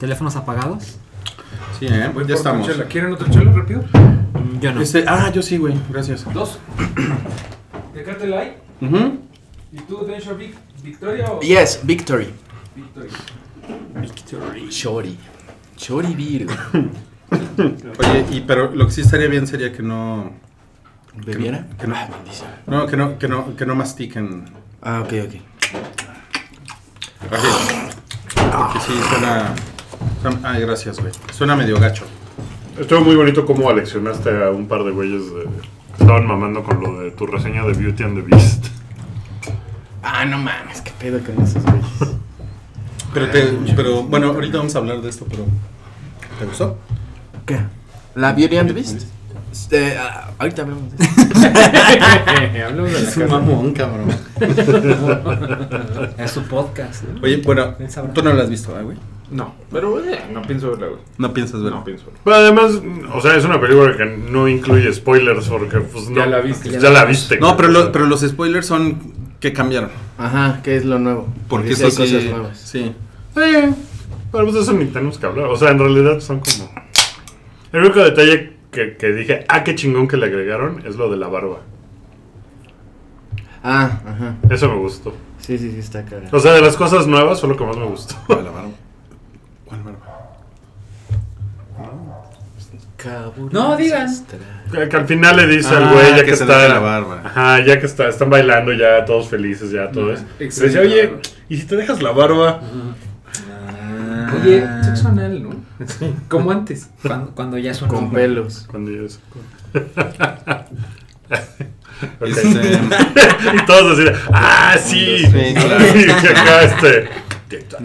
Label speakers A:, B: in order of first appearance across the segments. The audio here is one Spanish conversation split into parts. A: teléfonos apagados.
B: Sí, ¿eh?
C: Voy
B: ya
C: por
B: estamos.
C: otra chela. ¿Quieren otro chela rápido?
A: Yo no.
B: Este, ah, yo sí, güey, gracias.
C: Dos. Tecate Light.
B: Ujú.
C: ¿Y tú, Densho Vic? ¿Victoria o
D: Yes, Victory.
C: Victoria?
D: Shori. Shori Virgo.
B: Oye, y pero lo que sí estaría bien sería que no
D: ¿Bebiera?
B: que no-
D: Ah, bendición.
B: no que no que no que no mastiquen.
D: Ah, ok, ok.
B: Así. Porque sí suena, suena- Ay, gracias, güey. Suena medio gacho.
E: Estuvo muy bonito cómo aleccionaste a un par de güeyes de... Estaban mamando con lo de tu reseña de Beauty and the Beast.
D: Ah, no mames, qué pedo con esos güeyes.
B: Pero te, pero bueno, ahorita vamos a hablar de esto, pero ¿te gustó?
D: ¿Qué? ¿La Beauty and the Beast? Eh, ah, ahorita hablamos de eso.
C: Hablamos de
B: Es un mamón, cabrón.
A: Es su podcast. ¿no?
B: Oye, bueno,
A: Él sabrá.
B: tú no lo has visto, ¿eh, güey.
C: No, pero eh, no pienso verla, güey.
B: No piensas verlo.
C: No pienso verla.
E: Pero además, o sea, es una película que no incluye spoilers porque pues no...
C: Ya la viste.
E: Ya la viste.
B: No,
E: güey.
B: pero, lo- pero los spoilers son que cambiaron.
D: Ajá, ¿qué es lo nuevo?
B: Porque
D: sí hay
B: eso sí.
D: cosas nuevas.
B: Sí.
E: Eh, pero pues de eso ni tenemos que hablar. O sea, en realidad son como... El único detalle que, que dije, ah, qué chingón que le agregaron, es lo de la barba.
D: Ah, ajá.
E: Eso me gustó.
D: Sí, sí, sí, está cara.
E: O sea, de las cosas nuevas fue lo que más me gustó.
B: ¿Cuál barba? ¿Cuál barba?
A: No, digan.
E: Que que al final le dice
B: Ah,
E: al güey ya
B: que
E: que,
B: se
E: está
B: note la barba.
E: Ajá, ya que está, están bailando ya todos felices, ya todo eso. Le
C: excelente
E: dice, oye,
C: barba".
E: ¿y si te dejas la barba?
C: Oye, sexo anal, ¿no? Como antes.
A: Ah. Cuando, cuando ya es un
D: Con
A: hombre.
D: pelos.
E: Cuando yo eso. Ok.
B: Este,
E: y todos así, de, ah, sí.
B: dos, sí, claro.
E: Y acá este. tic-tac.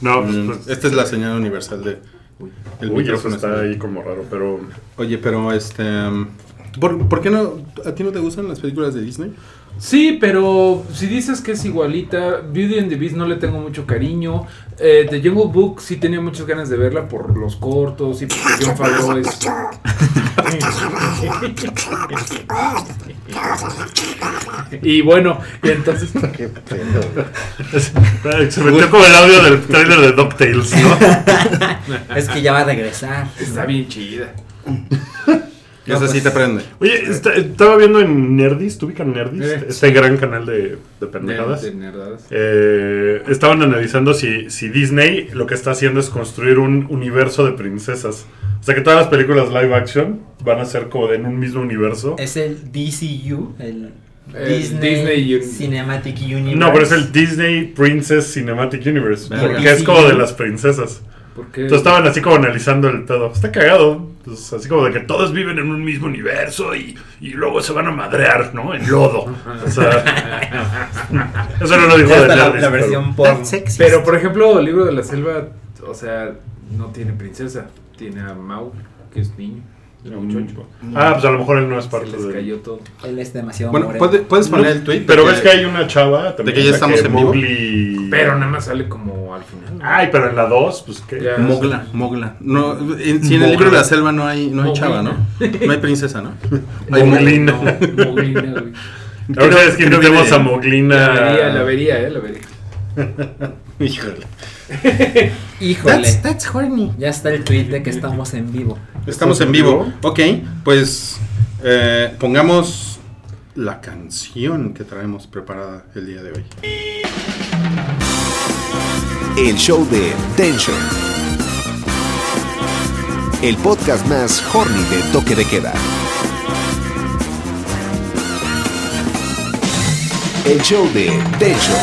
E: no, pues,
B: mm,
E: pues,
B: esta es la señal universal de el
E: uy, eso
B: micrófono
E: está
B: está-
E: ahí como raro, pero
B: Oye, pero este mm, ¿por, por qué no a ti no te gustan las películas de Disney?
C: Sí, pero si dices que es igualita, Beauty and the Beast no le tengo mucho cariño. Eh, The Jungle Book sí tenía muchas ganas de verla por los cortos y porque John Favreau es. y bueno, y entonces.
E: se metió como el audio del trailer de DuckTales, ¿no?
A: Es que ya va a regresar.
C: Está bien chida.
A: No,
B: Esa sí
A: pues,
B: te prende.
E: Oye, está- estaba viendo en Nerdist, ¿tú ubicas Nerdist?
C: Eh,
E: este gran canal de, de
C: De,
E: pendejadas.
C: de nerdadas.
E: Eh, estaban analizando si, si Disney lo que está haciendo es construir un universo de princesas. O sea que todas las películas live action van a ser como en un mismo universo.
A: Es el DCU, el,
C: El
A: Disney,
C: Disney Uni-
A: Cinematic Universe.
E: No, pero es el Disney Princess Cinematic Universe.
B: Verga.
E: Porque es como de las princesas.
C: ¿Por qué?
E: Entonces estaban así como analizando el pedo. Está cagado. Pues, así como de que todos viven en un mismo universo y, y luego se van a madrear, ¿no? En lodo.
C: Ah.
E: O sea, eso no lo dijo
A: Ya
E: de
A: está la,
E: Nerdist,
A: la
E: pero-
A: versión porno.
D: sexy.
C: Pero por ejemplo, el libro de la selva, o sea, no tiene princesa, tiene a Mau, que es niño, es
A: Mm.
C: muchacho.
E: Ah, pues a lo mejor él no es
C: Se
E: parte
C: les
E: de...
C: cayó todo.
A: Él es demasiado
B: Bueno,
A: moreno.
B: ¿puedes, puedes poner el tweet.
E: Pero
B: de
E: ves que hay una chava
B: de
E: también.
B: que ya
E: la
B: estamos en vivo.
E: Mowgli-
C: Pero nada más sale como al final.
E: Ay, pero en la 2, pues qué.
C: Ya.
B: Mogla, Mogla. No, en, si en el libro de la selva no hay no hay chava, ¿no? No hay princesa, ¿no? Hay Mogli.
E: Moglina.
C: No, Moglina, güey.
E: La última vez que
B: Creo- creo
E: no
B: que
E: vemos
B: de-
E: a Moglina.
C: La vería, la vería, eh, la vería.
B: Híjole.
A: Híjole.
B: That's, that's horny.
A: Ya está el tweet de que estamos en vivo.
B: Estamos en vivo. Ok, pues eh, pongamos la canción que traemos preparada el día de hoy.
F: El show de Tension. El podcast más horny de toque de queda. El show de Tension.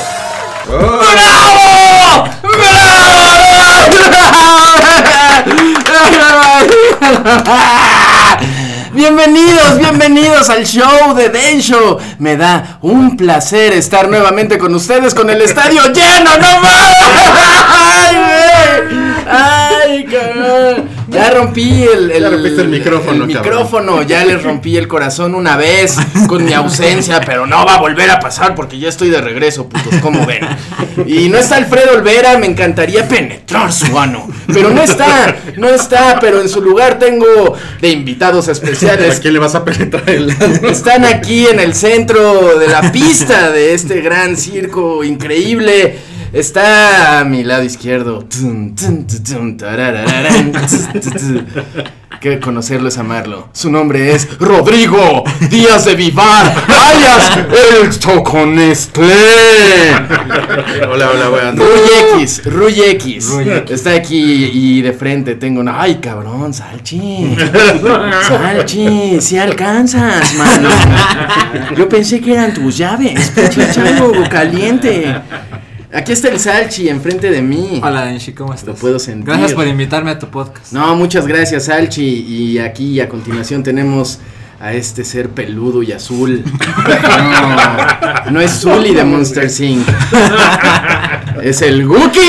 D: Bienvenidos, bienvenidos al show de Den Show. Me da un placer estar nuevamente con ustedes con el estadio lleno, no mames. Ay, güey. Ay, cabrón. Ya rompí el,
B: Ya rompiste el micrófono,
D: el
B: cabrón.
D: micrófono. Ya les rompí el corazón una vez con mi ausencia, pero no va a volver a pasar porque ya estoy de regreso, putos, como ven. Y no está Alfredo Olvera, me encantaría penetrar su ano, pero no está, no está, pero en su lugar tengo de invitados
B: ¿A
D: especiales
B: quién le vas a penetrar el
D: están aquí en el centro de la pista de este gran circo increíble. Está a mi lado izquierdo. Tun, tun, tun, tun, tarararán, tz, tz, tz. Que conocerlo es amarlo. Su nombre es Rodrigo Díaz de Vivar. ¡Vayas! ¡El Toconestlé!
B: Hola, hola, buenas noches.
D: Ruy X, Ruy X.
A: Ruy X.
D: Está aquí y de frente tengo una. ¡Ay, cabrón! ¡Salchi! ¡Salchi! ¡Si alcanzas, mano! Yo pensé que eran tus llaves, pinche chango caliente. Aquí está el Salchi enfrente de mí.
A: Hola, Denshi, ¿cómo estás?
D: Lo puedo sentir.
A: Gracias por invitarme a tu podcast.
D: No, muchas gracias, Salchi. Y aquí a continuación tenemos a este ser peludo y azul. No, no es Zully de Monster Inc. Es el Guki,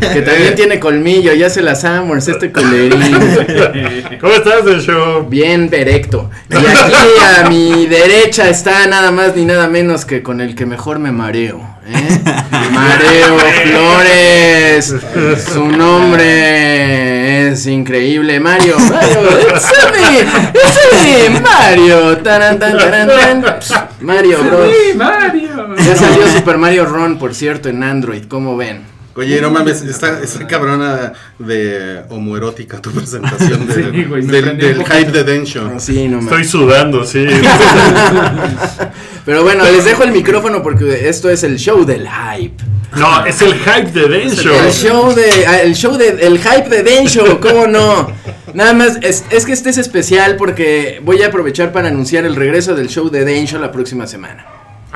D: que también tiene colmillo, ya se las amors, este culerín.
E: ¿Cómo estás, del show?
D: Bien directo. Y aquí a mi derecha está nada más ni nada menos que con el que mejor me mareo. ¿eh? Mareo Flores. Su nombre es increíble. Mario. Mario. It's me. It's me, Mario. Taran, tan, taran, tan. Psst, Mario Bros.
C: Sí, Mario.
D: Ya salió Super Mario Run, por cierto, en Android. ¿Cómo ven?
B: Oye, no mames, está, está cabrona de homoerótica tu presentación de-
C: Sí, güey, me
B: del,
C: prendí un
B: del
C: poquito.
B: hype de Densho.
D: Ah, Sí, no mames.
E: Estoy sudando, sí.
D: Pero bueno, les dejo el micrófono porque esto es el show del hype.
E: No, es el hype de Den Show.
D: El show de. ah, El show de. El hype de Den Show, ¿cómo no? Nada más, es, es que este es especial porque voy a aprovechar para anunciar el regreso del show de Den Show la próxima semana.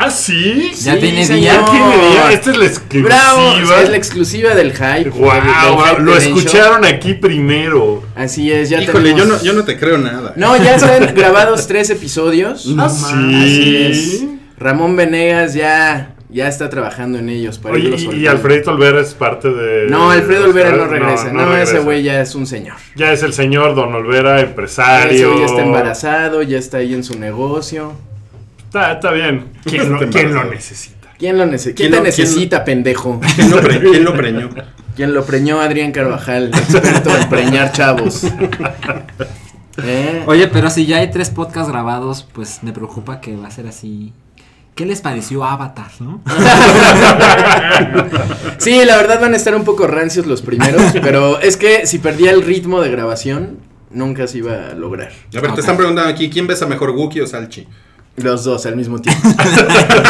E: ¿Ah, sí?
A: Ya
D: Sí,
A: tiene
D: señor.
A: día.
E: ¿Qué me diga? Esta es la exclusiva.
D: Bravo, es la exclusiva del hype.
E: Guau,
D: del
E: guau,
D: hype
E: lo
D: de Den Show.
E: escucharon aquí primero.
D: Así es, ya
B: Híjole, yo no,
D: tenemos-
B: yo no te creo nada.
D: No,
C: Ah,
D: ya están grabados tres episodios.
E: ¿Ah,
D: Así es.
E: sí?
D: Ramón Venegas ya, ya está trabajando en ellos para
E: Oye,
D: irlos
E: y, y
D: soltando.
E: Alfredo Olvera es parte de...
D: No, Alfredo Olvera no
E: No,
D: regresa.
E: no
D: No, ese
E: regresa.
D: güey ya es un señor.
E: Ya es el señor Don Olvera,
D: Ese
E: empresario.
D: güey ya está embarazado, ya está ahí en su negocio.
E: Está, está bien. ¿Quién lo, quién lo necesita?
D: ¿Quién lo nece-
B: ¿Quién
D: quién te
B: lo- quién
D: necesita, pendejo?
B: ¿Quién lo, pre- quién lo preñó?
D: ¿Quién lo preñó Adrián Carvajal, experto en preñar chavos? ¿Eh?
A: Oye, pero si ya hay tres podcasts grabados, pues me preocupa que va a ser así. ¿Qué les pareció Avatar, no?
D: Sí, la verdad van a estar un poco rancios los primeros, pero es que si perdía el ritmo de grabación, nunca se iba a lograr.
B: A ver, te están preguntando aquí, ¿quién besa mejor, Wookiee o Salchi?
D: Los dos al mismo tiempo.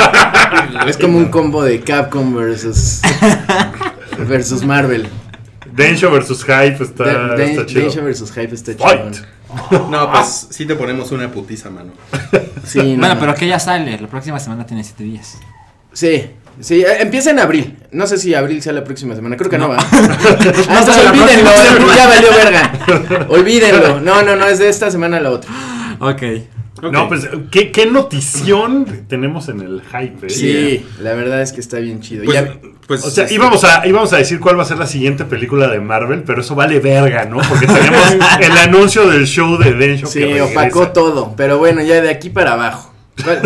D: es como un combo de Capcom versus versus Marvel.
E: Densho versus Hype pues, está,
D: Da- Dan-
E: está chido.
D: Danger versus Hype está chido.
E: Fight.
B: No, pues sí te ponemos una putiza, mano.
D: Sí, no,
A: Bueno,
D: no.
A: pero que ya sale. La próxima semana tiene siete días.
D: Sí, sí, eh, empieza en abril. No sé si abril sea la próxima semana, creo que no,
A: No.
D: va. Ah, entonces
A: la
D: olvídenlo,
A: próxima semana.
D: ya valió verga. Olvídenlo. No, no, no, es de esta semana a la otra.
A: Ok.
E: No, pues, ¿qué, qué notición tenemos en el Hype? eh?
D: Sí, la verdad es que está bien chido.
B: Pues,
D: Ya-
B: pues,
E: O sea,
B: este,
E: íbamos a, íbamos a decir cuál va a ser la siguiente película de Marvel, pero eso vale verga, ¿no? Porque tenemos el anuncio del show de Densho. que
D: sí,
E: regresa.
D: opacó todo, pero bueno, ya de aquí para abajo. Bueno,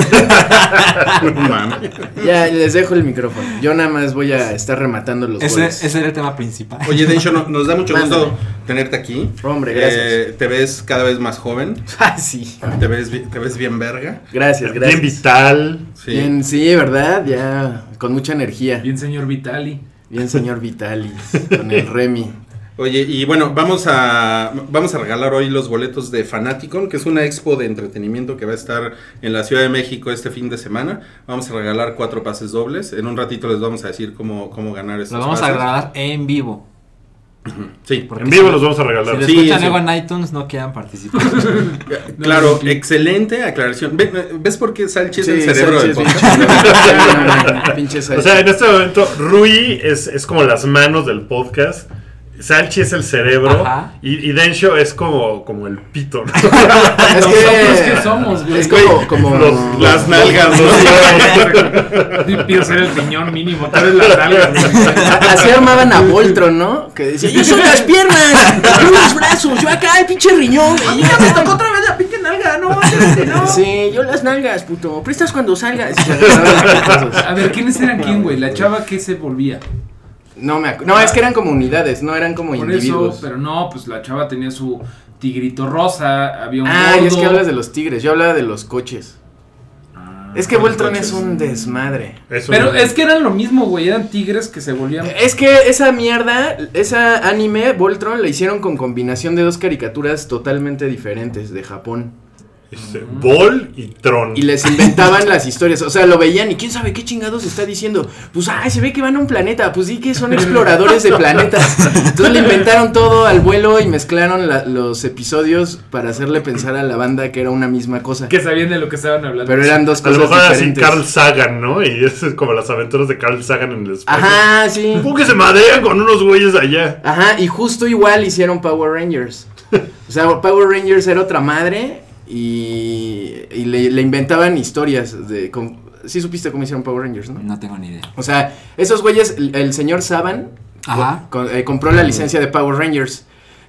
B: no mames.
D: ya les dejo el micrófono. Yo nada más voy a estar rematando los
A: Ese,
D: goles.
A: ese era el tema principal.
B: Oye, Densho, no- nos da mucho gusto
D: Mándame.
B: tenerte aquí.
D: Hombre, gracias.
B: Eh, te ves cada vez más joven.
D: Ah, sí.
B: Te ves, bi- te ves bien verga.
D: Gracias,
E: Bien
D: gracias.
E: vital.
B: Sí.
D: Bien, sí, ¿verdad? Ya con mucha energía.
C: Bien, señor Vitali.
D: Bien, señor Vitalis, con el Remy.
B: Oye, y bueno, vamos a, vamos a regalar hoy los boletos de Fanaticon, que es una expo de entretenimiento que va a estar en la Ciudad de México este fin de semana. Vamos a regalar cuatro pases dobles. En un ratito les vamos a decir cómo, cómo ganar estos
A: Lo vamos a
B: pases.
A: grabar en vivo.
B: Sí,
A: Porque
E: En vivo
A: si-
E: los vamos a
A: Si
E: regalar.
A: lo
B: Sí,
A: escuchan
B: sí.
A: luego en iTunes, no quieran participar.
B: claro, excelente aclaración. Ve- ¿Ves por qué Salchi es el cerebro
D: Sánchez
B: del
D: bien
B: podcast?
D: chido. Sí, Pinche
E: O
D: Sánchez.
E: sea, en este momento, Rui es, es como las manos del podcast. Salchi es el cerebro
A: Ajá.
E: y, y Densho es como, como el pito. ¿no?
D: es
C: Nosotros
D: que
C: qué somos, güey.
D: Es como, como
E: Los-
B: Las nalgas, ¿no?
C: Sí, Pido ser el piñón mínimo, tal vez la nalga. güey.
D: así armaban a Voltron, ¿no? Que decía, yo soy las piernas, yo los brazos, yo acá el pinche riñón. A mí ya me tocó otra vez la pinche nalga, no, no. Sí, yo las nalgas, puto. Prestas cuando salgas. Y se agarraban a cosas.
C: A ver, ¿quiénes eran quién, güey? La chava que se volvía.
D: No me acu- No, es que eran como unidades, no eran como
C: Por
D: individuos.
C: eso, pero no, pues la chava tenía su tigrito rosa, había un
D: Ah, y es que
C: gordo.
D: hablas de los tigres, yo hablaba de los coches.
C: Ah,
D: Es que
B: Con los
D: Voltron
B: coches.
D: es un desmadre.
E: Eso
C: Pero es que eran lo mismo, güey. Eran tigres que se volvían.
D: Es que esa mierda, esa anime, Voltron, la hicieron con combinación de dos caricaturas totalmente diferentes de Japón.
E: Este, Vol y Tron.
D: Y les inventaban las historias. O sea, lo veían y quién sabe qué chingados está diciendo. Pues, ay, se ve que van a un planeta. Pues sí que son exploradores de planetas. Entonces le inventaron todo al vuelo y mezclaron la- los episodios para hacerle pensar a la banda que era una misma cosa.
C: Que sabían de lo que estaban hablando.
D: eh, Pero eran dos
E: A lo
D: cosas
E: mejor era así
D: diferentes.
E: Carl Sagan, ¿no? Y eso es como las aventuras de Carl Sagan en el espacio.
D: Ajá, sí.
E: Un que se madean con unos güeyes allá.
D: Ajá, y justo igual hicieron Power Rangers. O sea, Power Rangers era otra madre y, y le, le inventaban historias de... con- sí supiste cómo hicieron Power Rangers, ¿no?
A: No tengo ni idea.
D: O sea, esos güeyes, el, el señor Saban
A: Ajá.
D: co- eh, compró la licencia de Power Rangers.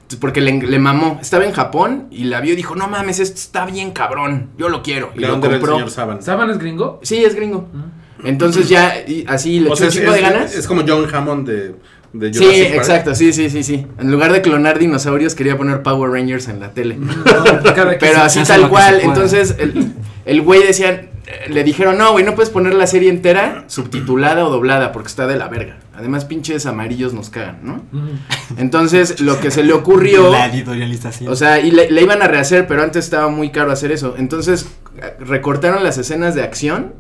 D: t- Porque le, le mamó. Estaba en Japón y la vio y dijo, no mames, esto está bien cabrón. Yo lo quiero. Y
B: ¿De
D: lo
B: dónde era el
D: compró.
B: señor Saban?
C: ¿Saban es gringo?
D: Sí, es gringo. Entonces ya, y así le
B: O
D: echó
B: sea,
D: un
B: es,
D: chingo de
B: es-
D: ganas.
B: es como John Hammond de, de
D: Sí,
B: Jurassic Park.
D: exacto, sí, sí, sí, sí. En lugar de clonar dinosaurios, quería poner Power Rangers en la tele.
C: cada
D: Pero
A: se hace
D: así
A: lo
D: tal
A: que se
D: cual.
A: puede.
D: Entonces, el- el güey decían, eh, le dijeron, no, güey, no puedes poner la serie entera subtitulada o doblada porque está de la verga. Además, pinches amarillos nos cagan, ¿no? Entonces, lo que se le ocurrió...
A: La editorialista sí.
D: O sea, y le, le iban a rehacer, pero antes estaba muy caro hacer eso. Entonces eh, recortaron las escenas de acción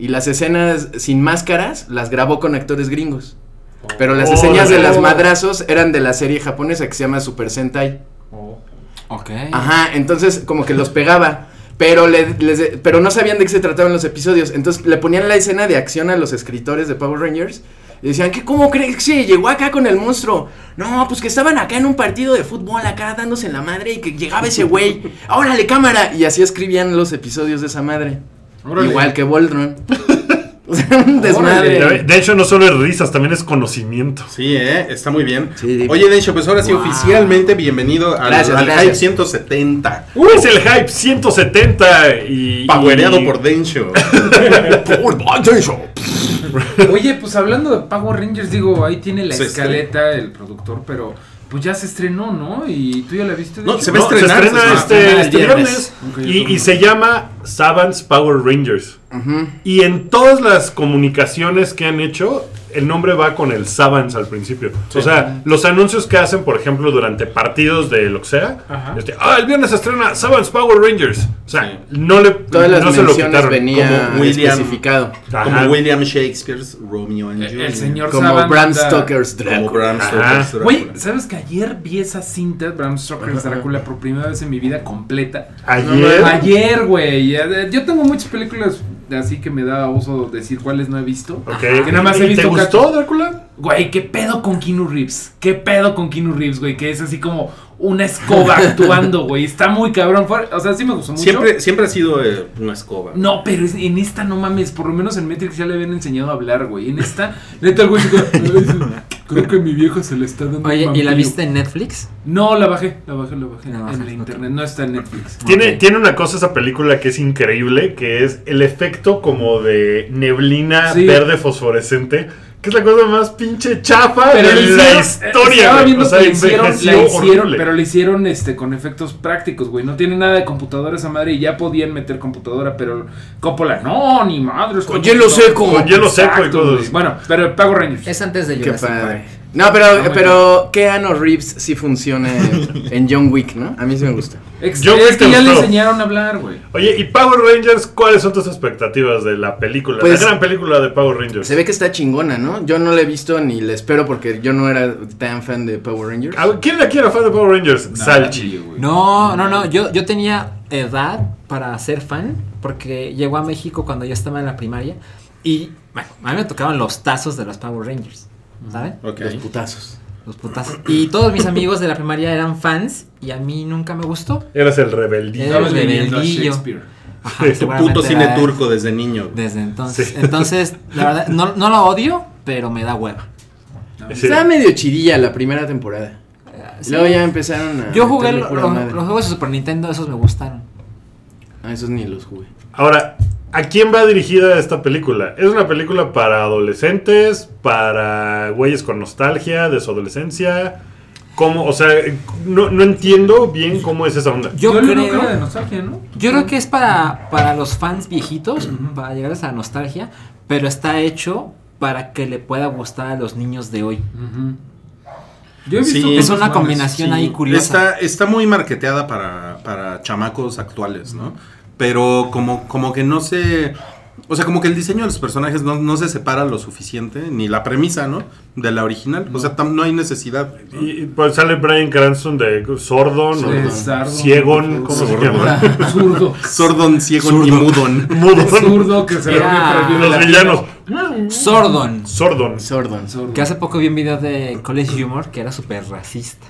D: y las escenas sin máscaras las grabó con actores gringos. Pero las
E: Oh,
D: escenas de
E: no.
D: las madrazos eran de la serie japonesa que se llama Super Sentai.
C: Oh,
A: ok.
C: Eh.
D: Ajá, entonces como que los pegaba. Pero, le- les de- pero no sabían de qué se trataban los episodios. Entonces le ponían la escena de acción a los escritores de Power Rangers. Y decían, ¿qué, ¿cómo crees que se llegó acá con el monstruo? No, pues que estaban acá en un partido de fútbol, acá dándose en la madre y que llegaba ese güey. ¡Órale, cámara! Y así escribían los episodios de esa madre.
C: Órale.
D: Igual que Boldron. o sea, un desmadre.
C: Órale.
E: De hecho, no solo es risas, también es conocimiento.
B: Sí, eh, está muy bien.
D: Sí.
B: Oye, Dencho, pues ahora sí, oficialmente bienvenido al,
D: Gracias,
B: al
D: gracias.
B: Hype 170.
E: Es el hype 170 y.
B: Powereado
E: y-
B: por Dencho.
C: Oye, pues hablando de Power Rangers, digo, ahí tiene la
B: Se
C: escaleta el productor, pero pues ya se estrenó, ¿no? Y tú ya la viste.
B: No,
C: Dicho?
B: se va a
E: No, se
B: estrenar,
E: estrena
B: se
E: este,
B: estrena el
E: este
B: viernes.
E: viernes,
C: Ok, yo
E: y, y
C: también.
E: se llama Savants Power Rangers.
D: Ujú.
E: Y en todas las comunicaciones que han hecho, el nombre va con el Savants al principio. O sea, los anuncios que hacen, por ejemplo, durante partidos de lo que sea,
C: Ajá.
E: este, ah, el viernes se estrena Savants Power Rangers. O sea, no, le,
D: Todas las
E: no se lo
D: menciones
E: quitaron.
D: venía
B: como William.
D: especificado.
E: Ajá.
B: Como William Shakespeare's Romeo and Juliet.
C: El señor
D: Como
C: Saban
D: Bram
C: anda-
D: Stoker's
B: Como
D: Drácula.
B: Bram
E: Ajá.
B: Stoker's Drácula.
C: Güey, ¿sabes que ayer vi esa cinta, Bram Stoker's Drácula, por primera vez en mi vida completa?
E: Ayer.
C: Ayer, güey. Eh, Yo tengo muchas películas así que me da oso decir cuáles no he visto.
E: Ok.
C: Que nada más he
E: ¿Y
C: visto
E: ¿Te
C: ca-
E: gustó, Drácula?
C: Güey, ¿qué pedo con Keanu Reeves? ¿Qué pedo con Keanu Reeves, güey? Que es así como una escoba actuando, güey. Está muy cabrón. Fue- O sea, sí me gustó mucho.
B: Siempre, siempre ha sido eh, una escoba.
C: No, pero es- en esta no mames, por lo menos en Matrix ya le habían enseñado a hablar, güey. En esta, neta, el güey se quedó, Creo que mi vieja se le está dando. un
A: Oye, ¿y la
C: vampiro".
A: viste en Netflix?
C: No, la bajé, la bajé, la bajé.
A: La
C: en
A: bajaste,
C: la
A: ok.
C: internet, no está en Netflix.
E: Tiene,
A: Ok.
E: tiene una cosa esa película que es increíble, que es el efecto como de neblina
C: Sí.
E: verde fosforescente, que es la cosa más pinche chafa
C: Pero
E: de
C: le
E: la
C: hicieron- eh,
E: historia.
C: Estaba
E: güey.
C: viendo
E: O sea,
C: que le hicieron,
E: envejeció
C: la hicieron,
E: horrible.
C: pero le hicieron este con efectos prácticos, güey. No tiene nada de computadora esa madre y ya podían meter computadora, pero Coppola, no, ni madres.
D: Con hielo seco.
E: Con hielo seco y
C: Exacto,
E: cosas.
C: güey. Bueno, pero Pago Rangers.
A: Es antes de
D: Qué
A: Jurassic
D: padre.
A: Park.
D: No, pero,
C: bueno.
D: pero Keanu Reeves sí funciona en, en John Wick, ¿no? A mí sí me gusta.
C: Ex-
E: Yo
C: es
E: creo
C: que
E: que
C: ya le
E: gustó.
C: enseñaron a hablar, güey.
E: Oye, ¿y Power Rangers? ¿Cuáles son tus expectativas de la película?
D: Pues-
E: la gran película de Power Rangers.
D: Se ve que está chingona, ¿no? Yo no la he visto ni la espero porque yo no era tan fan de Power Rangers.
E: A ver, ¿Quién aquí era fan de Power Rangers? Salchi.
A: No, no, no. Yo, yo tenía edad para ser fan porque llegó a México cuando yo estaba en la primaria y bueno, a mí me tocaban los tazos de los Power Rangers, ¿saben?
B: Ok.
D: Los putazos.
A: Los putazos. Y todos mis amigos de la primaria eran fans y a mí nunca me gustó.
E: Eras el rebeldillo.
A: Era
C: Estabas
A: el
C: viviendo a
A: beldillo.
C: Shakespeare.
A: Ajá,
E: Tu
B: Tu
A: seguramente
B: puto cine
A: era
B: turco desde niño.
A: Desde entonces.
E: Sí.
A: Entonces, la verdad, no, no lo odio, pero me da hueva.
E: Sí.
D: Estaba medio chidilla la primera temporada.
A: Ah, Sí.
D: Luego ya empezaron a.
A: Yo jugué
D: meterle
A: lo-
D: pura
A: lo-
D: Ah, madre.
A: los juegos de Super Nintendo, esos me gustaron.
D: Ah, esos ni los jugué.
E: Ahora, ¿a quién va dirigida esta película? ¿Es una película para adolescentes, para güeyes con nostalgia de su adolescencia? cómo, o sea, no, no entiendo bien cómo es esa onda.
A: Yo
C: no,
A: creo,
C: no, no, era de nostalgia, ¿no?
A: yo
B: Mm.
A: creo que es para, para los fans viejitos, para llegar a esa nostalgia, pero está hecho para que le pueda gustar a los niños de hoy.
C: Yo he
B: Sí,
C: visto
B: es
C: cosas
A: una
C: malas.
A: combinación.
B: Sí,
A: ahí curiosa.
B: Está, está muy marketeada para, para chamacos actuales, ¿no? Pero como, como que no se... O sea, como que el diseño de los personajes no, no se separa lo suficiente, ni la premisa, ¿no? De la original. O sea, tam- no hay necesidad. ¿no?
E: Y pues sale Brian Cranston de sordo,
C: Sí,
E: ¿no?
C: sardo.
E: ciegón, ¿cómo se
B: Sordo.
E: llama?
C: Zurdo.
B: Sordon, ciego y mudon.
E: Mudo.
C: Zurdo que se
A: Era-
C: reunió para
E: Los villanos.
A: Sordon,
E: Sordon.
D: Sordon.
C: Zurdo.
A: que hace poco vi un video de College Humor que era súper racista.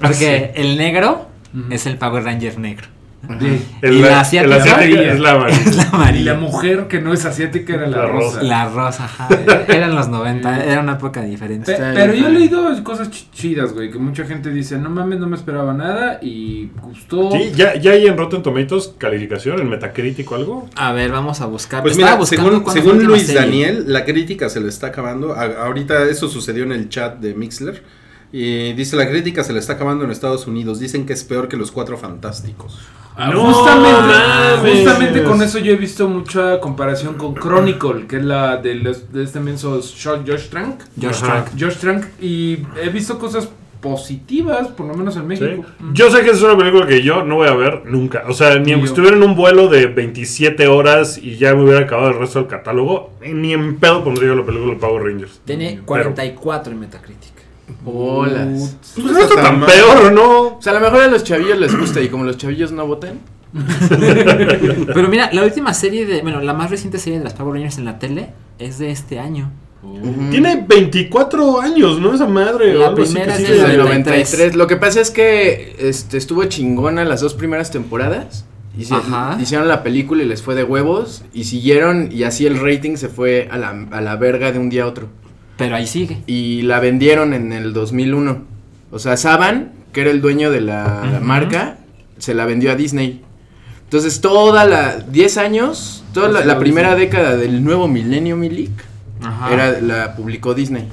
B: Ah,
A: Porque el negro es el Power Ranger negro.
C: Sí.
E: El,
A: Y la
E: el
A: asiática
E: asiático
C: amarilla.
E: es la amarilla.
A: Es la
C: Y
A: amarilla.
C: la mujer que no es asiática era la,
E: La
C: rosa.
E: rosa.
A: La rosa, ajá. Eran los 90, era una época
C: Pe-
A: diferente.
D: Está
C: pero
D: bien.
C: yo he leído cosas ch- chidas, güey, que mucha gente dice, no mames, no me esperaba nada y gustó.
E: Sí, ya, ya hay en Rotten Tomatoes calificación, en Metacritic o algo.
A: A ver, vamos a buscar.
B: Pues
A: Estaba
B: mira,
A: buscando
B: según,
A: cuándo fue
B: según
A: la última
B: Luis
A: serie.
B: Daniel, la crítica se le está acabando. A- ahorita eso sucedió en el chat de Mixler. Y dice, la crítica se le está acabando en Estados Unidos. Dicen que es peor que los cuatro fantásticos.
C: Ah,
E: No
C: justamente,
E: mames.
C: justamente con eso yo he visto mucha comparación con Chronicle, que es la de, los- de este menso Shot Josh Trank.
A: George
E: Ajá.
A: Trank.
C: Josh Trank, y he visto cosas positivas, por lo menos en
E: ¿sí?
C: México.
E: Yo sé que es una película que yo no voy a ver nunca. O sea, ni
C: Ni
E: aunque
C: yo.
E: estuviera en un vuelo de 27 horas y ya me hubiera acabado el resto del catálogo, ni en pedo pondría la película de Power Rangers.
A: Tiene 44 en Metacritic.
D: Bolas.
B: Pues
E: No está tan peor, ¿no?
D: O sea, a lo mejor a los chavillos les gusta y como los chavillos no votan.
A: Pero mira, la última serie de. Bueno, la más reciente serie de las Power Rangers en la tele es de este año.
E: Tiene 24 años, ¿no? Esa madre.
A: La
E: o algo así
A: primera
E: que
A: es
E: sigue.
A: de
D: Desde el
A: 93.
D: 93. Lo que pasa es que este, estuvo chingona las dos primeras temporadas. Hici-
A: Ajá.
D: Hicieron la película y les fue de huevos. Y siguieron y así el rating se fue a la, a la verga de un día a otro.
A: Pero ahí sigue.
D: Y la vendieron en el 2001. O sea, Saban, que era el dueño de la
A: Ujú.
D: marca, se la vendió a Disney. Entonces, toda la 10 años, toda la, la primera década del nuevo milenio, Milik,
A: Ajá.
D: era, la publicó Disney.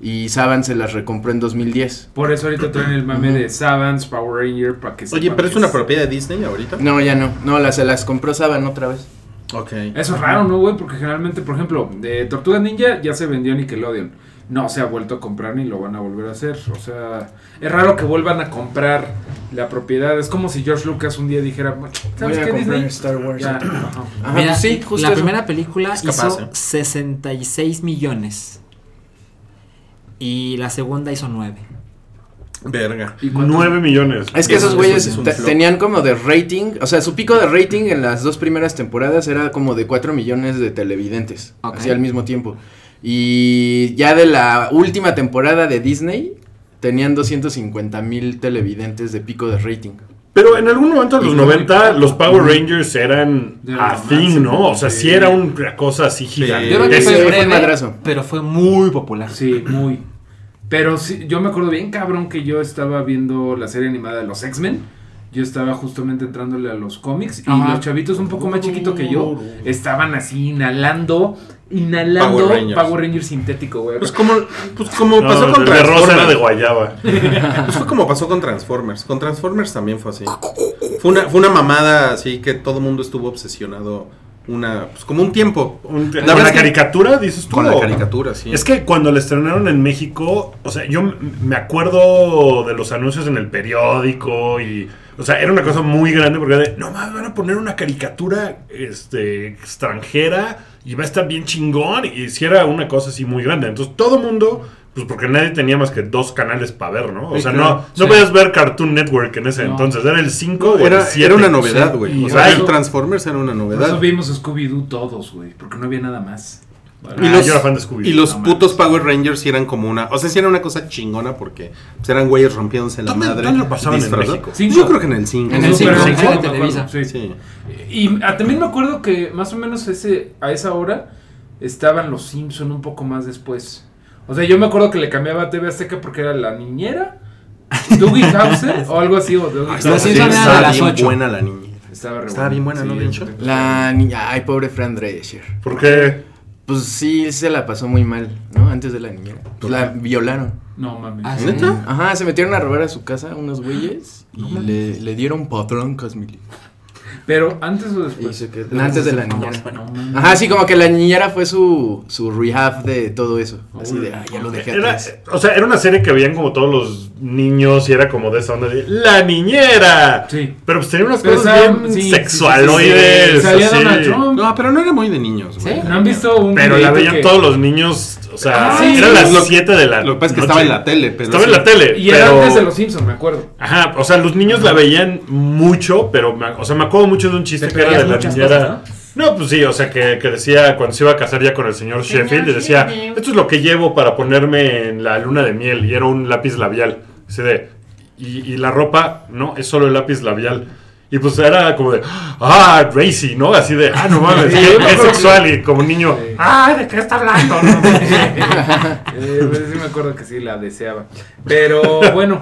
D: Y Saban se las recompró en 2010.
C: Por eso ahorita traen el mame de Savans, Power Ranger, para que
B: Oye,
C: sepan
B: pero
C: que
B: es una propiedad de Disney ahorita.
D: No, ya no. No, las, se las compró Saban otra vez.
B: Ok.
C: Eso es raro, ¿no, güey? Porque generalmente, por ejemplo, de Tortuga Ninja ya se vendió Nickelodeon. No se ha vuelto a comprar ni lo van a volver a hacer. O sea, es raro que vuelvan a comprar la propiedad. Es como si George Lucas un día dijera, ¿sabes qué, Disney?
D: Wars.
C: Ya, ajá.
D: Ajá,
A: Mira,
D: pues sí, justo
A: la
D: eso.
A: primera película
B: Es capaz,
A: hizo
B: ¿eh?
A: 66 millones. Y la segunda hizo 9.
B: Verga.
C: ¿Y cuántos-
E: 9 millones.
D: Es que esos
B: Eso
D: güeyes
B: es un
D: te-
B: flop.
D: tenían como de rating, o sea, su pico de rating en las dos primeras temporadas era como de 4 millones de televidentes,
A: Ok.
D: así al mismo tiempo. Y ya de la última temporada de Disney, tenían 250 mil televidentes de pico de rating.
E: Pero en algún momento de los
D: Y
E: 90 los Power Rangers eran
C: De lo
E: a thing,
C: máximo,
E: ¿no? O sea,
C: sí.
E: sí era una cosa así gigante.
A: Yo creo que
D: Ese
A: fue
D: fue
A: breve,
D: madrazo.
A: pero fue muy popular.
C: Sí, muy. Pero sí, yo me acuerdo bien, cabrón, que yo estaba viendo la serie animada de los X-Men. Yo estaba justamente entrándole a los cómics y
A: Ajá.
C: los chavitos un poco más chiquitos que yo estaban así inhalando, inhalando
B: Power
C: Power
B: Rangers.
C: Rangers, sintético, güey.
B: Pues como, pues como
E: No,
B: pasó con
E: de, de rosa era de
B: Transformers.
E: guayaba.
B: Pues fue como pasó con Transformers. Con Transformers también fue así. Fue una, fue una mamada así que todo el mundo estuvo obsesionado. Una, pues como un tiempo.
E: Un-
B: La
E: ¿Con
B: verdad
E: la
B: es que-
E: caricatura dices tú?
B: Con la caricatura, sí.
E: Es que cuando la estrenaron en México, o sea, yo m- me acuerdo de los anuncios en el periódico y, o sea, era una cosa muy grande porque era de, no mames, van a poner una caricatura este, extranjera y va a estar bien chingón y si era una cosa así muy grande. Entonces todo mundo, pues porque nadie tenía más que dos canales para ver, ¿no? O
B: Sí,
E: sea,
B: claro.
E: no, no
A: Sí.
E: podías ver Cartoon Network en ese
C: No.
E: entonces, era el 5 o el
B: era,
E: 7.
B: era una novedad, güey.
E: Sí.
B: O
E: Y
B: sea,
E: rayos.
B: el Transformers era una
C: Por
B: novedad.
C: eso vimos Scooby-Doo todos, güey, porque no había nada más.
E: Y los- Ah, yo era fan de Scooby.
B: y los
C: No mames.
B: putos Power Rangers sí eran como una. O sea, sí era una cosa chingona porque pues, eran güeyes rompiéndose la
E: ¿Dónde-
B: madre.
E: dónde lo pasaban en
B: disfrazados.
E: México?
C: Cinco.
B: Yo creo que en el 5.
A: En el
C: Super
A: cinco,
C: cinco,
A: ajá, de
C: me acuerdo,
A: Televisa.
C: sí. Y ah, también me acuerdo que más o menos ese, a esa hora estaban los Simpson un poco más después. O sea, yo me acuerdo que le cambiaba a TV Azteca porque era la niñera, Dougie Hauser o algo así. O
E: Ah,
C: Dougie
B: Ah,
A: Los
C: Hauser.
A: Simpson eran a
B: Estaba
A: las
B: bien
A: ocho.
B: buena la niña.
C: Estaba, re
B: Estaba bien buena, ¿no,
C: bien
B: Bencho?
D: La niña, ay, pobre Fran Drescher.
E: Porque
D: Pues sí, se la pasó muy mal, ¿no? Antes de la niñera. Pues la violaron.
C: No mames.
A: Ah, sí.
B: ¿Neta?
D: Ajá, se metieron a robar a su casa unos güeyes y le, le dieron patroncas, mili.
C: Pero antes o después.
D: Y se quedó- Antes de la
C: No,
D: niñera.
C: no mames.
D: Ajá, sí, como que la niñera fue su, su rehab de todo eso. Así de, ah, ya lo dejé
E: Era, eh,
D: atrás.
E: o sea, era una serie que veían como todos los niños y era como de esa onda de ¡La niñera!
C: Sí.
E: Pero pues tenía unas
C: Pero
E: cosas
C: esa- sí, sí,
E: bien
C: sí, sí, sí.
E: sexualoides.
C: Salía
E: así.
C: Donald Trump.
B: No, pero no era muy de niños, güey.
C: ¿No han visto un
E: Pero la
C: videíto
E: veían
C: que-
E: todos los niños, o sea,
C: Ah, sí.
E: eran
B: Lo-
E: las 7 de la
B: Lo que pasa es que
E: noche.
B: estaba en la tele, pero.
E: Estaba en
B: sí.
E: la tele,
C: Y era
E: pero...
C: antes de los Simpsons, me acuerdo.
E: Ajá, o sea, los niños la veían mucho, pero, me- o sea, me acuerdo mucho de un chiste
C: Te
E: que era de la
C: creías muchas
E: niñera.
C: cosas,
E: ¿no? pues sí, o sea, que, que decía cuando se iba a casar ya con el señor Sheffield, le decía, esto es lo que llevo para ponerme en la luna de miel, y era un lápiz labial. Así de, y, y la ropa, no, es solo el lápiz labial. Y pues era como de, ah, racy, ¿no? Así de, ah, no mames,
C: Sí,
E: qué-
C: yo me
E: qué
C: acuerdo
E: sexual, y como niño,
C: Sí.
E: ah, ¿de qué está hablando? No
C: Eh, pues sí me acuerdo que sí la deseaba. Pero bueno,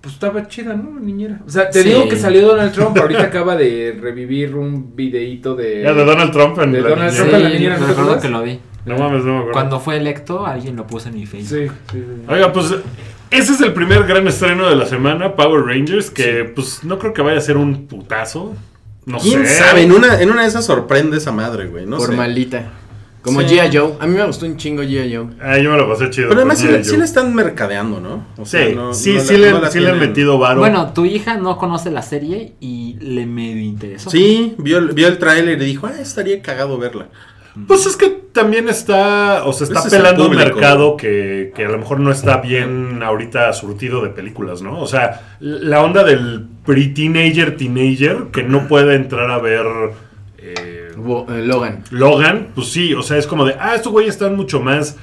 C: pues estaba chida, ¿no? Niñera. O sea, te
A: Sí.
C: digo que salió Donald Trump, pero ahorita acaba de revivir un videíto de.
E: Ya de Donald Trump en
C: De
E: la
C: Donald
E: niñera.
C: Trump en la niñera, ¿no te
A: recuerdo
C: acuerdas?
A: que lo vi.
E: No mames, no me acuerdo.
A: Cuando fue electo, alguien lo puso en mi Facebook.
C: Sí, sí, sí.
E: Oiga, pues ese es el primer gran estreno de la semana, Power Rangers, que pues no creo que vaya a ser un putazo. No
B: ¿Quién
E: sé.
B: sabe? En una, en una de esas sorprende esa madre, güey. No sé.
D: Formalita. Como
B: Sí.
D: G.I. Joe. A mí me gustó un chingo G.I. Joe.
E: Ah, yo me lo pasé chido.
B: Pero además
E: con
B: sí, le-
E: G.I.
B: sí le están mercadeando, ¿no? O
E: Sí,
B: sea, no-
E: sí,
B: no la-
E: sí le,
B: no la
E: sí le han
B: tienen-
E: metido varo.
A: Bueno, tu hija no conoce la serie y le medio interesó.
B: Sí, vio, el- vio el tráiler y dijo, ah, estaría cagado verla.
E: pues es que también está, o sea, está
B: Ese es el
E: pelando un
B: público.
E: mercado que, que a lo mejor no está bien ahorita surtido de películas, ¿no? O sea, la onda del pre-teenager, teenager, que no puede entrar a ver... eh,
D: Wo- eh, Logan.
E: Logan, pues sí, o sea, es como de, ah, estos güeyes están mucho más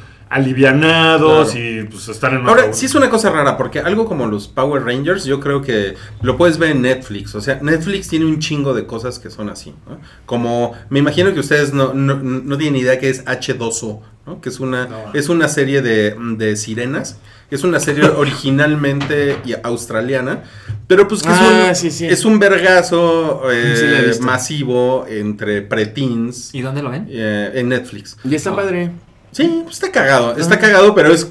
E: alivianados
B: Claro.
E: y pues están en una
B: Ahora,
E: reunión.
B: sí es una cosa rara, porque algo como los Power Rangers, yo creo que lo puedes ver en Netflix. O sea, Netflix tiene un chingo de cosas que son así, ¿no? Como, me imagino que ustedes no, no, no tienen idea que es H2O, ¿no? Que es una, es una serie de, de sirenas. Es una serie originalmente y- australiana, pero pues que es,
D: Ah,
B: un,
D: sí, sí.
B: es un vergazo eh,
D: Sí, la he visto.
B: masivo entre preteens
A: ¿Y dónde lo ven?
B: eh, en Netflix.
D: Y está padre.
B: Sí, pues está cagado, está cagado, pero es.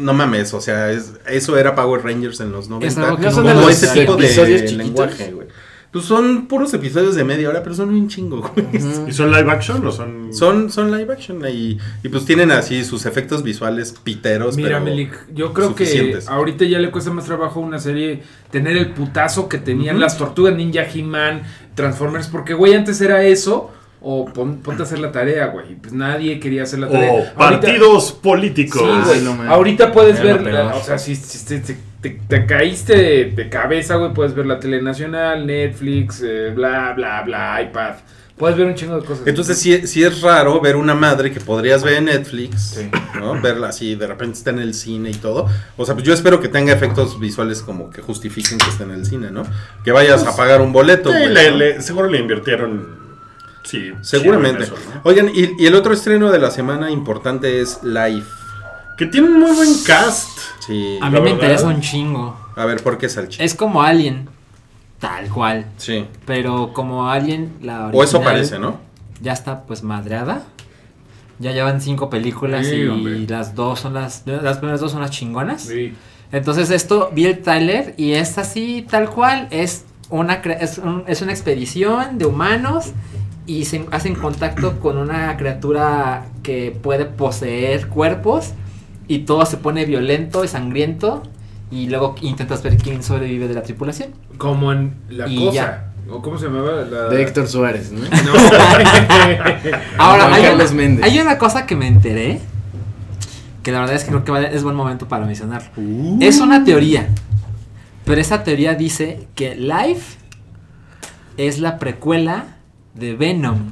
B: No mames, o sea, es- eso era Power Rangers en los 90.
A: algo que
D: ¿No
A: no
D: son de
B: como
A: vamos
D: los
A: a
B: ese tipo
D: episodios
B: de
D: chiquitos?
B: lenguaje, güey. Pues son puros episodios de media hora, pero son un chingo, güey.
D: Ujú.
E: ¿Y son live action o son...?
B: Son, son live action y, y pues tienen así sus efectos visuales piteros.
C: Mira,
B: pero-
C: Melik, yo creo que
B: suficientes.
C: ahorita ya le cuesta más trabajo a una serie tener el putazo que tenían las tortugas ninja, He-Man, Transformers, porque, güey, antes era eso. O pon- ponte a hacer la tarea, güey. Pues nadie quería hacer la
E: O
C: tarea. Ahorita-
E: partidos
C: Sí,
E: políticos.
C: güey.
A: Ah,
D: no mames.
C: Ahorita puedes
B: Era
C: ver,
B: lo peor.
C: o sea, si, si te, te- te- te caíste de, de cabeza, güey, puedes ver la tele nacional, Netflix, eh, bla, bla, bla, iPad. Puedes ver un chingo de cosas.
B: Entonces sí, sí es raro ver una madre que podrías ver en Netflix,
C: Sí.
B: ¿no? Verla así, de repente está en el cine y todo. O sea, pues yo espero que tenga efectos visuales como que justifiquen que esté en el cine, ¿no? Que vayas a pagar un boleto.
E: Sí,
B: güey,
E: le-
B: ¿no?
E: le- seguro le invirtieron... Sí.
B: Seguramente.
E: chido en eso, ¿no?
B: Oigan, y, y el otro estreno de la semana importante es Life.
E: Que tienen muy buen cast.
B: Sí.
A: A
E: La
A: mí me
E: verdad.
A: interesa un chingo.
B: A ver, ¿por qué Salchi?
A: Es como Alien, tal cual.
B: Sí.
A: Pero como Alien, la
B: O eso
A: original,
B: parece, ¿no?
A: Ya está pues madreada. Ya llevan cinco películas
C: Sí,
A: y
C: hombre.
A: las dos son las. Las primeras dos son las chingonas.
C: Sí.
A: Entonces esto, vi el tráiler y es así tal cual, es una, cre- es, un- es una expedición de humanos y se en- hacen contacto con una criatura que puede poseer cuerpos y todo se pone violento y sangriento y luego intentas ver quién sobrevive de la tripulación.
C: Como en La
A: Y
C: Cosa. ¿O ¿Cómo se llamaba? La...
D: De Héctor Suárez, ¿no?
C: No.
A: Ahora,
D: Juan
A: hay
D: Carlos
A: una,
D: Méndez.
A: hay una cosa que me enteré, que la verdad es que creo que vale- es buen momento para mencionarlo. Es una teoría, pero esa teoría dice que Life es la precuela de Venom.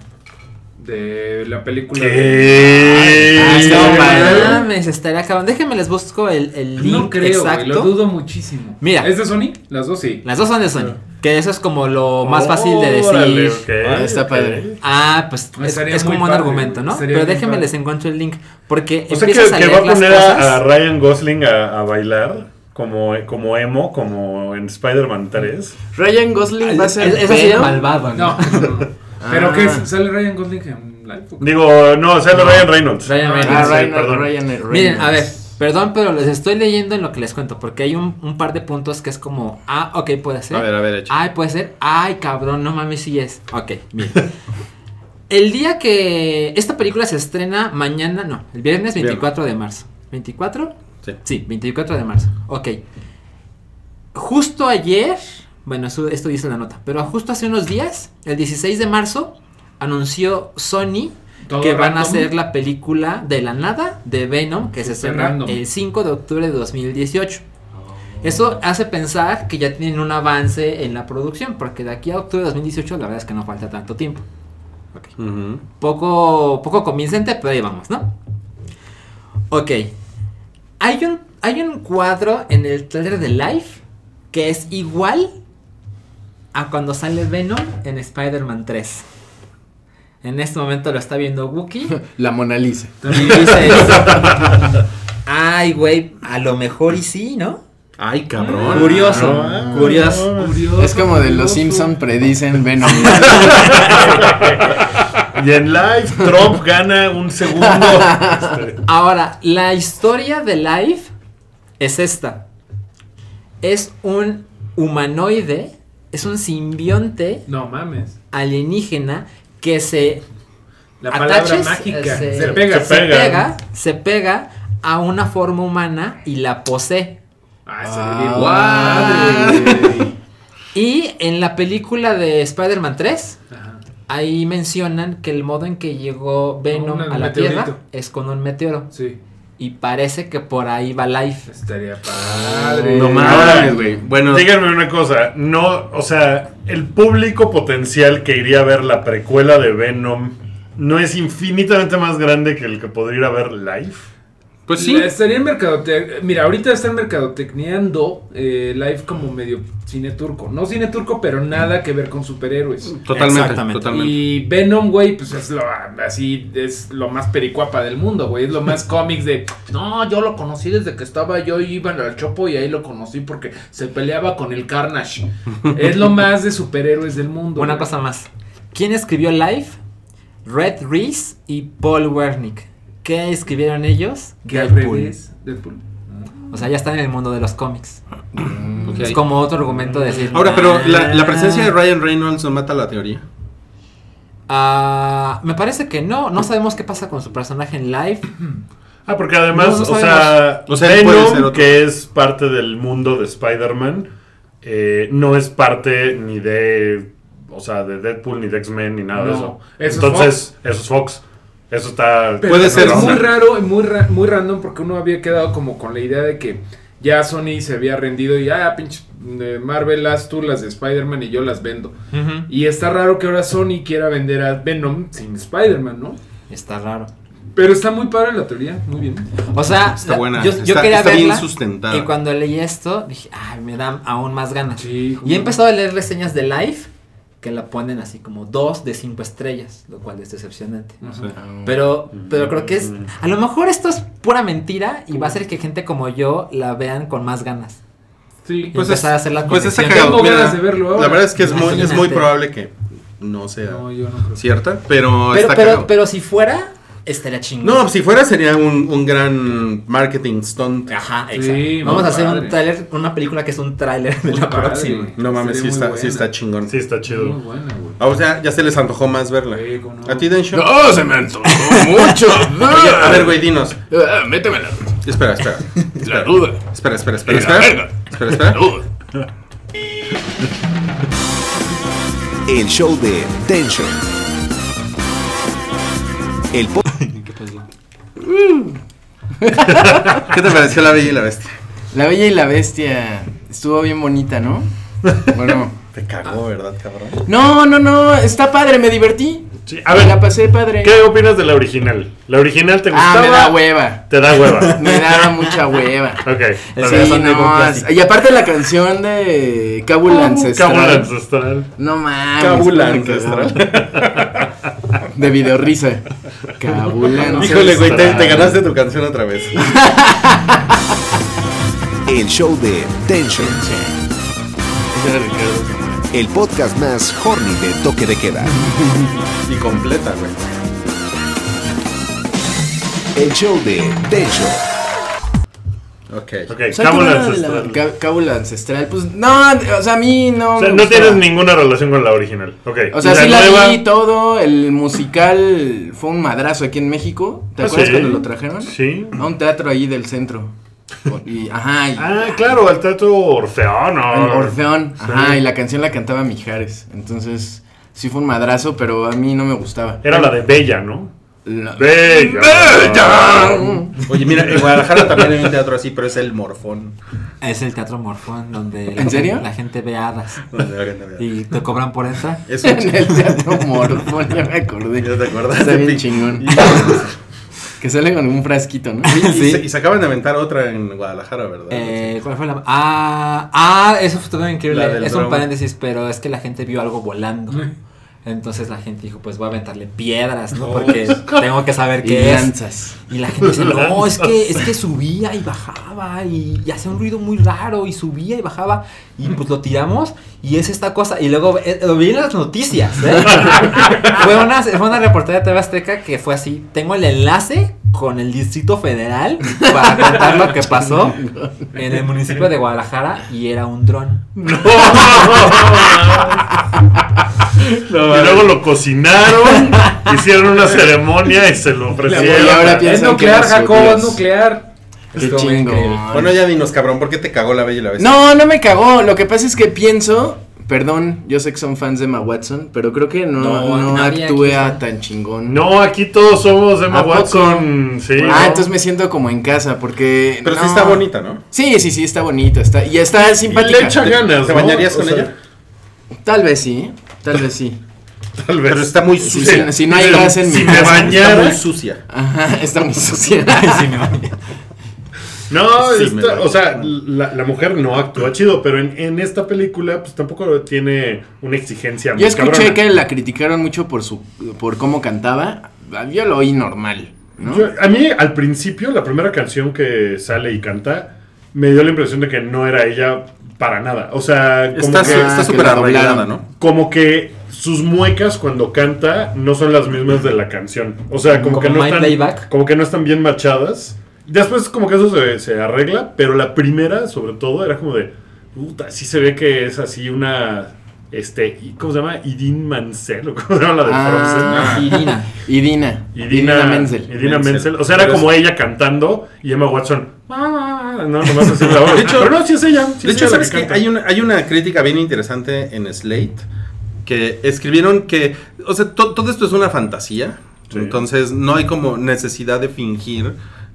C: De la película. de-
E: ¿Qué?
A: Ah,
C: no
A: no
C: mames.
A: mames, estaría cabrón. Déjenme les busco el, el link
C: No creo, güey,
A: exacto.
C: lo dudo muchísimo.
A: Mira.
C: ¿Es de Sony? Las dos sí.
A: Las dos son de Sony, que eso es como lo más fácil de decir.
E: Órale, ok,
D: Ah, está
E: ok.
D: padre.
A: Ah, pues es,
C: Estaría
A: es
C: muy
A: como un
C: padre,
A: argumento,
C: güey.
A: ¿no?
C: Estaría
A: Pero
C: bien
A: déjenme
C: padre.
A: les encuentro el link, porque
E: O sea que,
A: empiezas a
E: que
A: leer
E: va a
A: las
E: poner
A: cosas.
E: a, a Ryan Gosling a, a bailar como, como emo, como en Spider-Man 3.
D: Ryan Gosling va a ser.
A: Ah, Es, es así de
D: Venom.
A: malvado, ¿no?
C: No. no, no. ¿Pero
D: Ah.
C: qué? es? ¿Sale Ryan Gosling en live? o qué?
E: Digo, no, o sea, no, Ryan Reynolds.
A: Ryan
D: Ah,
A: Reynolds.
E: Sí,
D: Ryan,
E: perdón.
D: Ryan Reynolds.
A: Miren, a ver, Perdón, pero les estoy leyendo en lo que les cuento, porque hay un, un par de puntos que es como, ah, ok, puede ser.
D: A ver, a ver, échale.
A: Ay, puede ser. Ay, cabrón, no mames, sí es. Ok, bien. El día que esta película se estrena mañana, no, el viernes 24 de marzo. ¿24?
B: Sí.
A: Sí, 24 de marzo. Ok. Justo ayer, bueno, eso- esto dice la nota, pero justo hace unos días, el 16 de marzo, anunció Sony
C: Todo
A: que van a
C: random.
A: hacer la película de la nada de Venom que se
C: Súper
A: estrena
C: random. Oh.
A: el 5 de octubre de 2018. Eso hace pensar que ya tienen un avance en la producción, porque de aquí a octubre de 2018 la verdad es que no falta tanto tiempo
C: Ah.
B: Ujú.
A: poco, poco convincente, pero ahí vamos, ¿no? Ok. Hay un, hay un cuadro en el trailer de Life que es igual a cuando sale Venom en Spider-Man 3. En este momento lo está viendo Wookiee.
D: La Mona Lisa.
A: Y dices, ay, güey, a lo mejor y sí, ¿no?
B: Ay, cabrón.
A: Curioso,
B: Ah.
A: curioso.
C: Curioso,
D: Es como de los
C: curioso.
D: Simpson predicen Venom.
E: Y en live, Trump gana un segundo. Este,
A: Ahora, la historia de Life es esta. Es un humanoide, es un simbionte
C: No mames.
A: alienígena que se
C: La palabra
A: ataches,
C: mágica.
A: eh, se-
C: Se pega.
A: se
E: pega.
A: pega, se pega a una forma humana y la posee.
C: Ah,
D: Ah.
C: se le dio madre.
A: Y en la película de Spider-Man 3,
C: Ajá.
A: ahí mencionan que el modo en que llegó Venom
C: Con un
A: a la
C: meteorito.
A: Tierra es con un meteoro.
C: Sí.
A: Y parece que por ahí va Life.
C: Estaría padre.
E: No mames.
B: Ahora, güey. Bueno,
E: Díganme una cosa, no, o sea, el público potencial que iría a ver la precuela de Venom no es infinitamente más grande que el que podría ir a ver live.
B: pues sí.
C: Estaría en mercadotecnia. Mira, ahorita están mercadotecneando eh, live como medio cine turco. No cine turco, pero nada que ver con superhéroes.
B: Totalmente,
A: Exactamente.
B: totalmente.
C: Y Venom, güey, pues es lo así, es lo más pericuapa del mundo, güey. Es lo más cómics de no, yo lo conocí desde que estaba yo iba al chopo y ahí lo conocí porque se peleaba con el Carnage. es lo más de superhéroes del mundo.
A: Una
C: güey.
A: cosa más. ¿Quién escribió Life? Red Reese y Paul Wernick. ¿Qué escribieron ellos?
C: que al
A: Deadpool.
C: revés. Deadpool.
A: O sea, ya están en el mundo de los cómics.
B: Ok.
A: Es como otro argumento de decir.
B: Ahora, pero la, la
A: "Ah,
B: presencia de Ryan Reynolds no mata la teoría.
A: ah, me parece que no. No sabemos qué pasa con su personaje en Life.
E: Ah, porque además,
A: No, no
E: o, sea,
B: O sea, él puede ser
E: Venom,
B: otro.
E: que es parte del mundo de Spider-Man, eh, no es parte ni de, o sea, de Deadpool, ni de X-Men, ni nada de
C: No,
E: eso.
C: eso es
E: Entonces, eso es Fox. Eso está...
C: Pero
B: Puede
C: no,
B: ser,
C: Es
B: ¿no?
C: muy raro y muy, ra- muy random porque uno había quedado como con la idea de que ya Sony se había rendido y ah, pinche eh, Marvel, haz tú las de Spider-Man y yo las vendo. Y está raro que ahora Sony quiera vender a Venom sin Spider-Man, ¿no?
A: Está raro.
C: Pero está muy padre la teoría, muy bien.
A: O sea,
B: Está
A: la-
B: buena.
A: yo, yo
B: está
A: quería
B: está bien
A: verla.
B: sustentada.
A: y cuando leí esto, dije, ay, me dan aún más ganas.
C: Sí,
A: Y he empezado a leer reseñas de Life que la ponen así como dos de cinco estrellas, lo cual es decepcionante.
C: Mm.
A: Pero, pero creo que es. A lo mejor esto es pura mentira y va a hacer que gente como yo la vean con más ganas.
C: Sí,
A: Pues empezar a hacer la
B: Pues está
A: conexión.
B: cagado.
C: Tengo
B: Mira,
C: ganas de verlo ahora.
B: La verdad es que es muy, es muy
A: Imagínate.
B: probable que no sea
C: No, yo no creo.
B: cierta, pero,
A: Pero,
B: está
A: pero,
B: cagado.
A: pero si fuera, estaría chingón.
B: No, pues si fuera sería un, un gran marketing stunt.
A: Ajá,
C: Sí,
A: exacto.
C: muy
A: Vamos a hacer
C: padre.
A: un tráiler, una película que es un tráiler de
C: Muy
A: la
C: padre.
A: próxima.
B: No mames, sí
C: Sería muy
B: está,
C: buena.
B: sí está chingón.
E: Sí, está chido.
C: Muy buena, güey.
B: Ah, O sea, ya se les antojó más verla.
C: Sí, cómo no.
B: ¿A ti, Densho?
D: ¡No, se me antojó mucho!
B: Oye, a ver, güey, dinos.
D: Ah, Méteme la,
B: Espera, espera.
D: la duda.
B: Espera, espera, espera.
D: Y la
B: Espera,
D: verga.
B: espera. espera.
D: duda.
F: El show de Densho. El po-
B: ¿Qué te pareció la bella y la bestia?
D: La Bella y la Bestia estuvo bien bonita, ¿no? Bueno.
B: Te cagó, ¿verdad, cabrón?
D: No, no, no, está padre, me divertí.
E: Sí, a
D: Me la
E: ver,
D: pasé padre.
E: ¿qué opinas de la original? ¿La original te
D: Ah,
E: gustaba?
D: me da hueva.
E: Te da hueva.
D: Me daba mucha hueva.
E: ok.
A: El
E: a
A: señor
E: ver.
D: Sí,
A: son de
D: no,
A: Bob Classic.
D: y aparte la canción de Cabul Ancestral.
E: Cabul ancestral.
D: No mames.
B: Cabul
D: cómo me cagó.
B: ancestral.
D: De videorrisa. Cabul ancestral.
B: Híjole, güey, te, te ganaste tu canción otra vez.
F: El show de Densho.
D: Ese era Ricardo Zamora.
F: El podcast más horny de toque de queda.
B: Y completa, güey.
F: El show de Densho.
B: Ok.
E: Ok,
D: O sea,
E: cábula
D: ¿qué onda de la-
E: ancestral.
D: ca- cábula ancestral. Pues no, o sea, a mí no.
E: O sea,
D: me
E: no
D: gustaba.
E: tienes ninguna relación con la original. Ok.
D: O sea,
E: ¿Y
D: sí la
E: nueva?
D: vi y todo. El musical fue un madrazo aquí en México. ¿Te
E: Ah,
D: acuerdas
E: sí.
D: cuando lo trajeron?
E: Sí.
D: A un teatro ahí del centro. Y, ajá, y
E: Ah, claro, al teatro Orfeón.
D: el
E: ¿no?
D: Orfeón.
E: Sí.
D: Ajá, y la canción la cantaba Mijares. Entonces, sí fue un madrazo, pero a mí no me gustaba.
E: Era la de Bella, ¿no?
D: La-
E: Bella.
D: ¡Bella!
B: Oye, mira, en Guadalajara también hay un teatro así, pero es el Morfón.
A: Es el teatro morfón donde la,
D: ¿En serio?
A: gente- la gente ve hadas
B: Donde la gente vea.
A: y te cobran por entrar.
B: Es un
D: En el teatro Morfón, ya me acordé.
B: ¿Ya te acordaste,
D: Está bien
B: Pi?
D: chingón.
B: Y,
D: Que sale con un frasquito, ¿no?
B: y
A: Sí.
B: se, y se acaban de aventar otra en Guadalajara, ¿verdad?
A: Eh, ¿Cuál fue la.? Ah, ah eso fue todo increíble.
B: La del
A: Es un
B: drama.
A: paréntesis, pero es que la gente vio algo volando. Entonces la gente dijo: Pues voy a aventarle piedras, ¿no? Porque tengo que saber
D: Y
A: qué es.
D: lanzas.
A: Y la gente dice: No, es que, es que subía y bajaba y, y hacía un ruido muy raro y subía y bajaba. Y pues lo tiramos y es esta cosa. Y luego eh, lo vi en las noticias. ¿eh? fue, una, fue una reportera de TV Azteca que fue así: Tengo el enlace con el Distrito Federal para contar lo que pasó en el municipio de Guadalajara y era un dron.
E: Y luego lo cocinaron, hicieron una ceremonia y se lo
D: Y
E: ofrecieron.
D: ahora
C: Es
D: piensan
C: nuclear,
D: que los
C: Jacobo,
D: odias.
C: es nuclear.
D: Qué
A: Estuvo increíble.
D: chingón.
B: Bueno, ya dinos, cabrón, ¿por qué te cagó la bella y la bestia?
D: No, no me cagó. Lo que pasa es que pienso. Perdón, yo sé que son fans de Emma Watson, pero creo que no,
A: No,
D: no
A: nadie
D: actúa
A: aquí, ¿no?
D: tan chingón.
E: No, aquí todos somos
D: ¿A
E: Emma
D: poco?
E: Watson. Sí.
D: Ah, entonces me siento como en casa, porque.
B: Pero sí
D: no.
B: está bonita, ¿no?
D: Sí, sí, sí, está bonita. Está, y está simpática.
E: le echa ganas.
B: ¿Te
E: ¿no?
B: bañarías
E: O
B: con
E: sea,
B: ella?
D: Tal vez sí, tal vez sí.
E: Tal vez.
B: Pero está muy
D: Si,
B: sucia.
D: si- si no hay
E: Pero
D: gas en
E: si
D: mi
E: me
D: casa.
B: Está muy
E: bañara.
B: sucia.
D: Ajá, está muy sucia.
E: No,
B: Sí,
E: está-
B: me baño.
E: o sea, la, la mujer no actúa chido, pero en, en esta película, pues tampoco tiene una exigencia muy
D: Yo escuché
E: cabrona.
D: que la criticaron mucho por su por cómo cantaba. Yo lo oí normal, ¿no?
E: Yo- a mí, al principio, la primera canción que sale y canta, me dio la impresión de que no era ella para nada. O sea, como
B: Está
E: que,
B: su- está
D: que
B: súper
D: la
B: arreglada,
D: doblaron.
B: ¿no?
E: como que sus muecas cuando canta no son las mismas de la canción. O sea, como,
A: Como
E: que no
A: My
E: están.
A: Playback.
E: Como que no están bien machadas. Después como que eso se, se arregla, pero la primera, sobre todo, era como de. Puta, sí se ve que es así una. Este, ¿y ¿cómo se llama? Idin Mansell, o ¿cómo se llama la de Frozen?
D: Ah,
A: Irina.
D: Y Dina.
E: Y Dina,
D: Menzel.
E: y Dina
B: Menzel.
E: Menzel. O sea, era
B: Pero es-
E: como ella cantando y Emma Watson. "Ah", No, nomás así la voz.
B: De hecho-
E: Pero no, sí es ella. sí
B: De
E: es
B: hecho,
E: ella la
B: ¿sabes qué?
E: canta.
B: Hay una, hay una crítica bien interesante en Slate que escribieron que, o sea, to- todo esto es una fantasía,
E: Sí.
B: entonces no hay como necesidad de fingir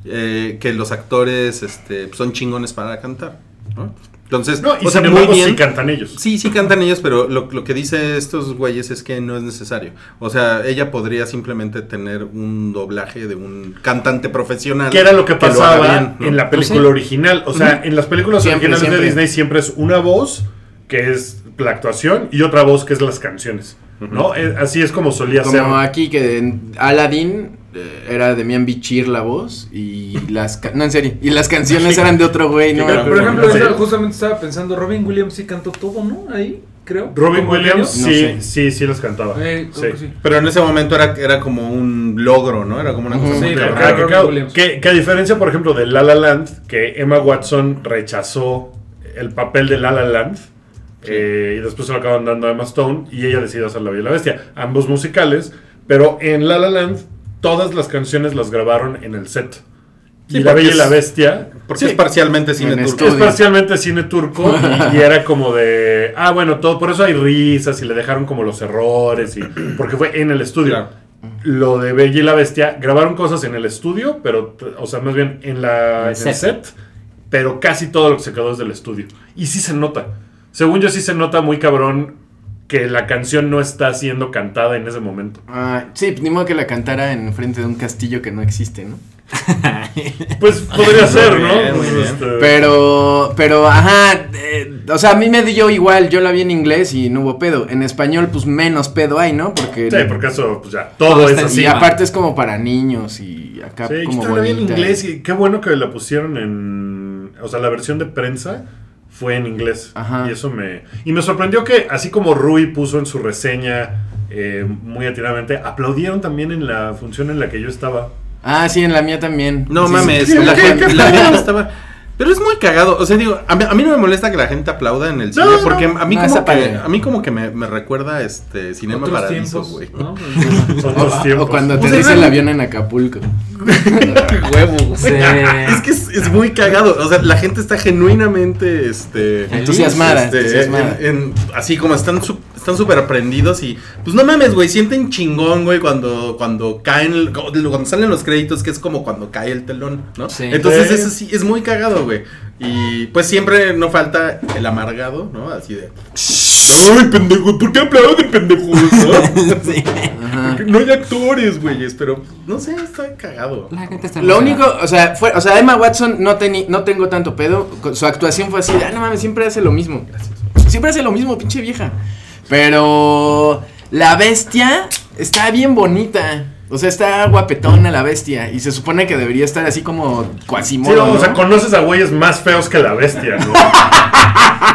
B: eh, que los actores este, son chingones para cantar, ¿no? Entonces,
E: No, y
B: o sea,
E: sin
B: muy
E: embargo,
B: bien.
E: sí cantan ellos.
B: Sí, sí cantan ellos, pero lo, lo que dice estos güeyes es que no es necesario. O sea, ella podría simplemente tener un doblaje de un cantante profesional.
E: Que era lo que
B: haga
E: pasaba
B: bien, ¿no?
E: en la
A: Pues sí.
E: película original. O sea, en las películas
D: Siempre,
E: originales
D: siempre.
E: de Disney siempre es una voz que es la actuación y otra voz que es las canciones. ¿No? Eh, Así es como solía ser.
D: Como aquí que en Aladdin eh, era de Mian Bichir la voz y las ca- no en serio y las canciones eran de otro güey no me
E: Pero,
C: Por
D: acuerdo.
C: ejemplo,
E: Sí.
C: esa- justamente estaba pensando, Robin Williams sí cantó todo, ¿no? Ahí, creo.
E: Robin
C: Como
E: Williams,
D: No
E: sí,
D: sé.
E: sí, sí las cantaba.
C: Eh, creo que
E: Sí.
C: sí.
B: Pero en ese momento era, era como un logro, ¿no? Era como una cosa
D: Ujú.
B: muy
C: Sí,
E: Claro,
B: rara.
E: claro,
C: Robin
E: claro.
C: Williams.
E: Que, que a diferencia, por ejemplo, de La La Land, que Emma Watson rechazó el papel de La La Land eh, y después se lo acaban dando a Emma Stone y ella decidió hacer La Bella y la Bestia, ambos musicales, pero en La La Land todas las canciones las grabaron en el set.
B: Sí,
E: y La
B: porque
E: Bella y la
B: es-
E: Bestia
B: Porque
E: sí,
B: es parcialmente cine
D: En
B: turco.
E: es
D: estudio.
E: parcialmente cine turco y, y era como de, ah, bueno, todo, por eso hay risas y le dejaron como los errores y porque fue en el estudio.
B: Claro.
E: Lo de Bella y la Bestia, grabaron cosas en el estudio, pero, t- o sea, más bien en, la,
A: En
E: en el set, pero casi todo lo que se quedó es del estudio. Y sí se nota. Según yo, sí se nota muy cabrón que la canción no está siendo cantada en ese momento.
D: Ah, sí ni modo que la cantara en frente de un castillo que no existe no
E: Pues podría ser, ¿no?
B: bien, muy bien.
E: Este,
D: pero pero ajá eh, o sea a mí me dio igual yo la vi en inglés y no hubo pedo en español pues menos pedo hay no porque
E: Sí, porque eso, pues ya, todo,
A: Todo
E: es
A: está
E: así.
D: y
A: encima.
D: aparte es como para niños y acá
E: Sí,
D: como
E: yo la vi en
D: bonita.
E: inglés y qué bueno que la pusieron en... O sea, la versión de prensa fue en inglés.
D: Ajá.
E: Y eso me... Y me sorprendió que, así como Rui puso en su reseña eh, muy atinadamente, aplaudieron también en la función en la que yo estaba.
D: ah sí en la mía también
B: No
D: Sí,
B: mames,
D: sí.
B: la,
E: ¿Qué-
B: gente,
E: qué
B: la
E: pedo?
B: gente estaba. Pero es muy cagado, o sea, digo, a mí, a mí no me molesta que la gente aplauda en el cine,
D: no,
B: porque a mí
A: no,
B: como
A: esa
B: que,
A: parte.
B: a mí como que me, me recuerda este Cinema
C: Otros
B: Paradiso,
C: tiempos,
B: güey.
C: ¿no?
E: Son
D: O,
E: los tiempos.
D: o cuando te
B: Pues,
D: dice el
B: era-
D: avión en Acapulco.
B: Huevo, güey.
A: Sí.
B: Es que es, es muy cagado, o sea, la gente está genuinamente, este...
D: Entusiasmada,
B: este,
D: entusiasmada.
B: en- en- así como están su- están súper aprendidos y pues no mames, güey, sienten chingón, güey, cuando cuando caen el- cuando salen los créditos, que es como cuando cae el telón, ¿no?
A: Sí.
B: Entonces
E: Sí.
B: eso sí es muy cagado, güey. Y pues siempre no falta el amargado, ¿no? Así de Ay, pendejo, ¿por qué hablaba de pendejos? no?
D: Ajá.
B: No hay actores, güeyes, pero no sé, está cagado.
A: La gente está
D: Lo único,
A: emocionada.
D: o sea, fue, o sea, Emma Watson no, teni- no tengo tanto pedo. co- Su actuación fue así, de, ah, no mames, siempre hace lo mismo. Siempre hace lo mismo, pinche vieja. Pero la bestia está bien bonita. O sea, está guapetona la bestia. Y se supone que debería estar así como
E: Sí,
D: cuasimodo.
E: no, o sea,
D: ¿no?
E: conoces a güeyes más feos que la bestia, ¿no?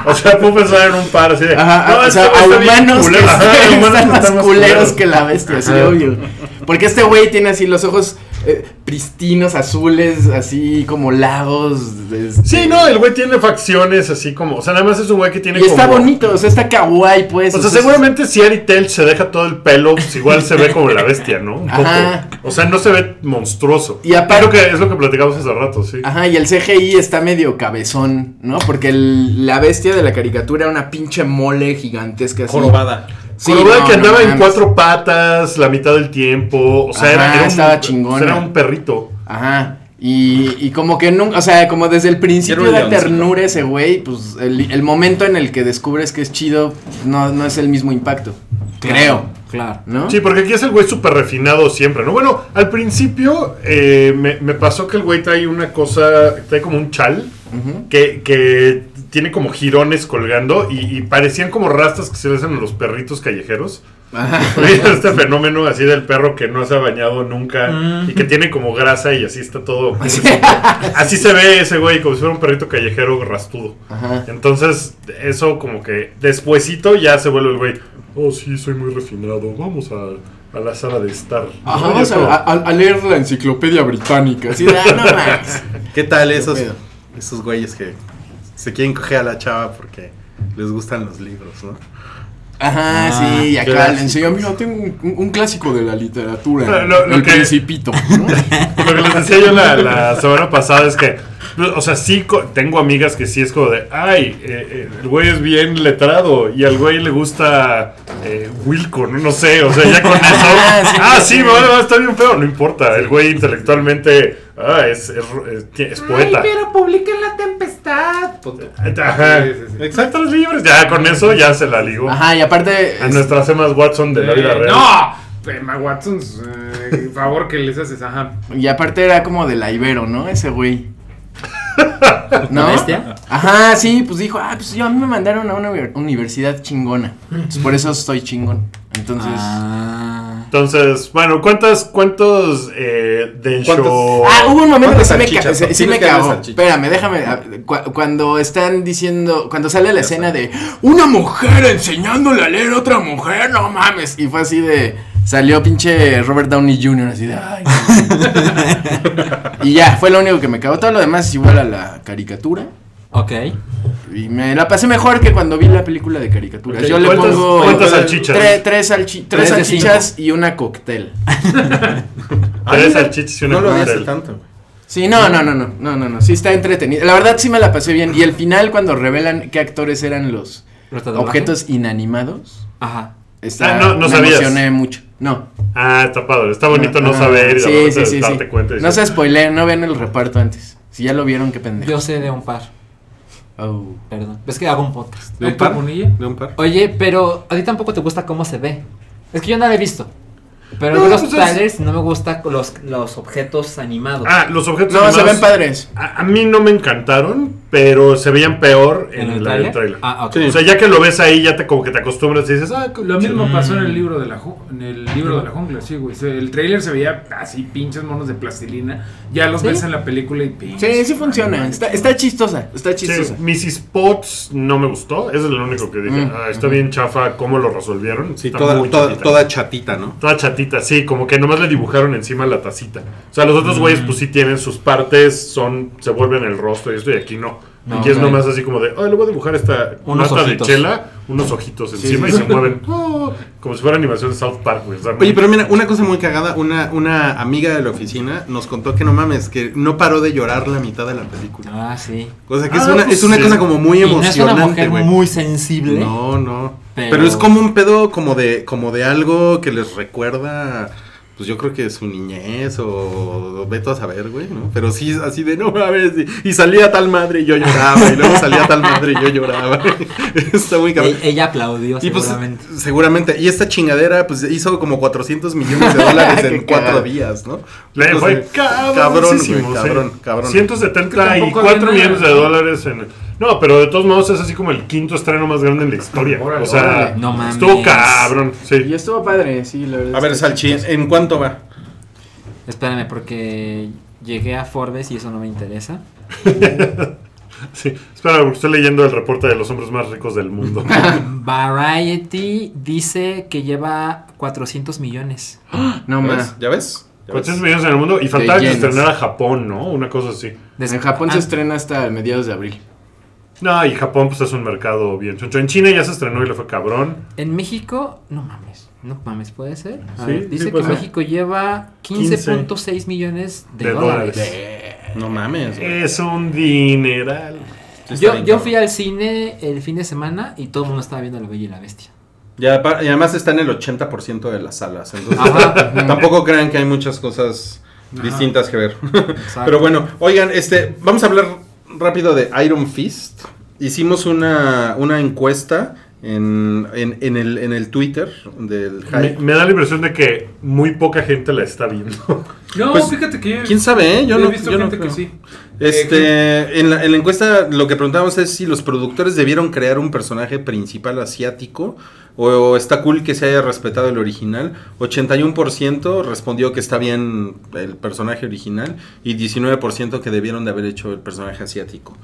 E: O sea, puedo pensar en un par así de.
D: Ajá,
E: no,
D: o sea,
E: este güey
D: a
E: está bien
D: humanos que
E: culero. Ajá, a humanos
D: están
E: que
D: más
E: están
D: culeros, que la bestia, sí,
E: Ajá.
D: obvio. Porque este güey tiene así los ojos eh, pristinos, azules, así como lagos. de este-
E: Sí, no, el güey tiene facciones así como. O sea, nada más es un güey que tiene
D: Y está
E: como-
D: bonito, o sea, está kawaii, pues.
E: O sea, seguramente si Ari Telch se deja todo el pelo, pues igual se ve como la bestia, ¿no? Un poco.
D: Ajá.
E: O sea, no se ve monstruoso.
D: Y aparte-
E: Es lo que, es lo que platicamos hace rato, sí.
D: Ajá, y el CGI está medio cabezón, ¿no? Porque el- la bestia de la caricatura era una pinche mole gigantesca así.
B: Jorobada.
D: Sí,
E: Pero vea
D: no,
E: que
D: no
E: andaba en
D: mames.
E: cuatro patas la mitad del tiempo. O sea, era-
D: Ajá,
E: era, un,
D: estaba chingona.
E: Era un perrito.
D: Ajá. Y, y como que nunca, o sea, como desde el principio
B: Era un
D: da
B: leoncito.
D: ternura ese güey, pues el, el momento en el que descubres que es chido no, no es el mismo impacto. Creo,
A: Claro.
D: ¿no?
E: Sí, porque aquí es el güey súper refinado siempre, ¿no? Bueno, al principio eh, me, me pasó que el güey trae una cosa, trae como un chal
D: Ujú.
E: que, que tiene como jirones colgando y, y parecían como rastas que se le hacen a los perritos callejeros.
D: Ajá.
E: este fenómeno así del perro que no se ha bañado nunca y que tiene como grasa y así está todo. así se ve ese güey, como si fuera un perrito callejero rastudo.
D: Ajá.
E: Entonces, eso como que despuesito ya se vuelve el güey. Oh, sí, soy muy refinado. Vamos a, a la sala de estar.
D: Ajá,
E: ¿No? Y
D: vamos
E: es como,
D: a, a- a leer la enciclopedia británica. Así de, ah, no mames.
B: ¿Qué tal esos,
D: pedo.
B: esos güeyes que se quieren coger a la chava porque les gustan los libros, ¿no?
D: Ajá,
A: Ah,
D: sí, y acá
B: clásicos.
D: le enseño, mira, tengo un, un- un clásico de la literatura,
E: Lo- lo
D: El
E: que-
D: Principito. ¿no?
E: Lo que les decía yo la, la semana pasada es que, o sea, sí co- tengo amigas que sí es como de, ay, eh, eh, el güey es bien letrado y al güey le gusta eh, Wilco, no, no sé, o sea, ya con eso,
D: Ah, sí,
E: ah,
D: sí.
E: sí, me vale, va, está bien feo, no importa, el güey intelectualmente, ah, es, es, es- es poeta. Eh,
A: publiquen la tempestad.
E: Ajá.
C: Sí, sí, sí.
E: Exacto, los libros, ya con eso ya se la ligó.
D: Ajá, y aparte...
E: A nuestras emas Watson de la vida
C: Eh,
E: real.
C: ¡No! Emma Watson, eh, favor que les haces, ajá.
D: Y aparte era como de la Ibero, ¿no? Ese güey. ¿No?
A: bestia?
D: Ajá, sí, pues dijo, ah, pues yo a mí me mandaron a una uni- universidad chingona. Entonces, por eso estoy chingón. Entonces.
A: Ah.
E: Entonces, bueno, ¿cuántas, cuántos eh, Densho-
B: ¿Cuántos?
D: Ah, hubo un momento que
B: ¿Cuántas
D: sí me, ca-
B: salchichas?
D: sí- sí
B: Tienes
D: me
B: que darle
D: cagó.
B: salchichas.
D: Espérame, déjame. a- cu- cuando están diciendo. Cuando sale la escena de. Una mujer enseñándole a leer a otra mujer, no mames. Y fue así de. Salió pinche Robert Downey Jr. así de. Ay, no. y ya, fue lo único que me cagó. Todo lo demás es igual a la caricatura.
A: Ok.
D: Y me la pasé mejor que cuando vi la película de caricaturas.
E: Ok,
D: Yo le
E: ¿cuántas-
D: pongo.
E: cuántas salchichas?
D: Tre- tres, salchi- tres
A: Tres de
D: salchichas y una cóctel.
B: Ah,
E: Tres
B: mira,
E: salchichas y una
B: No lo
E: cóctel.
B: dice tanto, güey.
D: Sí, no, no, no, no, no, no, no. Sí está entretenido. La verdad sí me la pasé bien. Y el final cuando revelan qué actores eran los
A: ¿Los tatuajes?
D: objetos inanimados,
A: Ajá.
D: está,
E: Ah, no, no
D: me
E: sabías.
D: emocioné mucho. No.
E: Ah, está padre. Está bonito no
D: Ajá.
E: saber y de
D: Ah, Sí,
E: repente
D: sí, sí, sí.
E: darte cuenta. y
D: No se
E: decir,
D: spoileen, no vean el reparto antes. Si ya lo vieron, qué pendejo.
A: Yo sé de un par.
D: Oh.
A: Perdón. Es que hago un podcast.
B: ¿De un
C: ¿Héctor
B: par?
C: Bonilla?
B: ¿De un par?
A: Oye, pero a ti tampoco te gusta cómo se ve. Es que yo no la he visto. Pero
E: No,
A: veo los
E: pues es-
A: trailers y no me gustan los, los objetos animados.
E: Ah, los objetos
D: No, se
E: animados-
D: ven padres.
E: A, a mí no me encantaron, pero se veían peor en,
A: ¿En el
E: la
A: tráiler?
E: del tráiler.
A: Ah, ok.
E: O sea, ya que lo ves ahí, ya te como que te acostumbras y dices, ah,
C: Lo mismo pasó en el libro de la ju- en el libro de la jungla, sí, güey. Se- El trailer se veía así, pinches monos de plastilina. Ya los
A: Sí.
C: ves en la película y pinches.
D: Sí, sí funciona. Está, está chistosa. Está
E: Sí,
D: chistosa.
E: Mrs. Potts no me gustó. Eso es lo único que dije.
D: Mm.
E: Ah, está bien chafa cómo lo resolvieron.
B: Sí,
E: Está
B: toda,
E: muy
B: toda,
E: chatita.
B: toda chatita, ¿no?
E: Toda chatita, sí, como que nomás le dibujaron encima la tacita. O sea, los otros güeyes, pues sí tienen sus partes, son, se vuelven el rostro y esto, y aquí no.
A: No,
E: aquí es
A: ok.
E: nomás así como de, ay, le voy a dibujar esta
A: Unos
E: lata de
A: ojitos.
E: chela, unos ojitos encima
D: sí,
E: y se mueven. oh, como si fuera animación de South Park, güey. o sea,
B: Oye, pero mira, una cosa muy cagada, una, una amiga de la oficina nos contó que no mames, que no paró de llorar la mitad de la película.
A: Ah, sí.
B: O sea, que es
E: Ah,
B: una,
E: pues
B: es una
E: sí.
B: cosa como muy
A: Y no es una
B: emocionante,
A: mujer
B: güey.
A: muy sensible.
B: No, no.
A: Pero-
B: Pero... es como un pedo como de, como de algo que les recuerda, pues yo creo que su niñez o veto a saber, güey, ¿no? Pero sí, así de no mames, y, y salía tal madre y yo lloraba, y luego salía tal madre y yo lloraba. Está muy cabrón.
A: E- ella aplaudió,
B: Y pues
A: seguramente.
B: seguramente. Y esta chingadera pues hizo como 400 millones de dólares en
D: Qué
B: cuatro
D: cagado.
B: días, ¿no?
E: Le fue
B: Entonces,
E: cabrón,
B: güey, cabrón, cabrón.
E: 174 millones de dólares en. No, pero de todos modos es así como el quinto estreno más grande en la historia.
C: Órale,
E: o sea,
C: órale.
A: No mames.
E: estuvo cabrón.
D: Y
E: Sí.
D: estuvo padre, sí, la verdad.
B: A ver,
D: está
B: Salchín,
D: chistosa.
B: ¿en cuánto va?
A: Espérame, porque llegué a Forbes y eso no me interesa.
E: sí. Espera, porque estoy leyendo el reporte de los hombres más ricos del mundo.
A: Variety dice que lleva 400 millones.
D: No
B: ¿Ya
D: más.
B: ves? ¿Ya ves? ¿Ya ves?
E: 400 millones en el mundo y faltaba que
D: yenes.
E: estrenara Japón, ¿no? Una cosa así.
A: Des-
D: En Japón
A: ah,
D: se estrena hasta mediados de abril.
E: No, y Japón pues es un mercado bien choncho. En China ya se estrenó y le fue cabrón.
A: En México, no mames, no mames, ¿puede ser? A
E: Sí,
A: ver,
E: sí
A: dice que
E: puede ser.
A: México lleva 15.6 millones de,
E: De
A: dólares.
E: dólares.
B: No mames, güey.
E: Es un dineral.
B: Sí está
A: Yo,
B: bien
A: yo
B: cabrón.
A: fui al cine el fin de semana y todo el mundo estaba viendo La Bella y la Bestia.
B: Ya, pa- y además está en el 80% de las salas. Entonces,
A: Ajá.
B: tampoco crean que hay muchas cosas distintas que ver.
A: Exacto.
B: Pero bueno, oigan, este, vamos a hablar rápido de Iron Fist. Hicimos una, una encuesta en, en- en el, en el Twitter del
E: Me,
B: hype.
E: me da la impresión de que muy poca gente la está viendo.
C: No,
B: Pues,
C: fíjate que
B: ¿Quién sabe? eh? Yo
C: he
B: no,
C: visto
B: yo no
C: gente que
B: creo.
C: sí.
B: Este, en la, en la encuesta lo que preguntamos es si los productores debieron crear un personaje principal asiático o, está cool que se haya respetado el original. 81% respondió que está bien el personaje original y 19% que debieron de haber hecho el personaje asiático.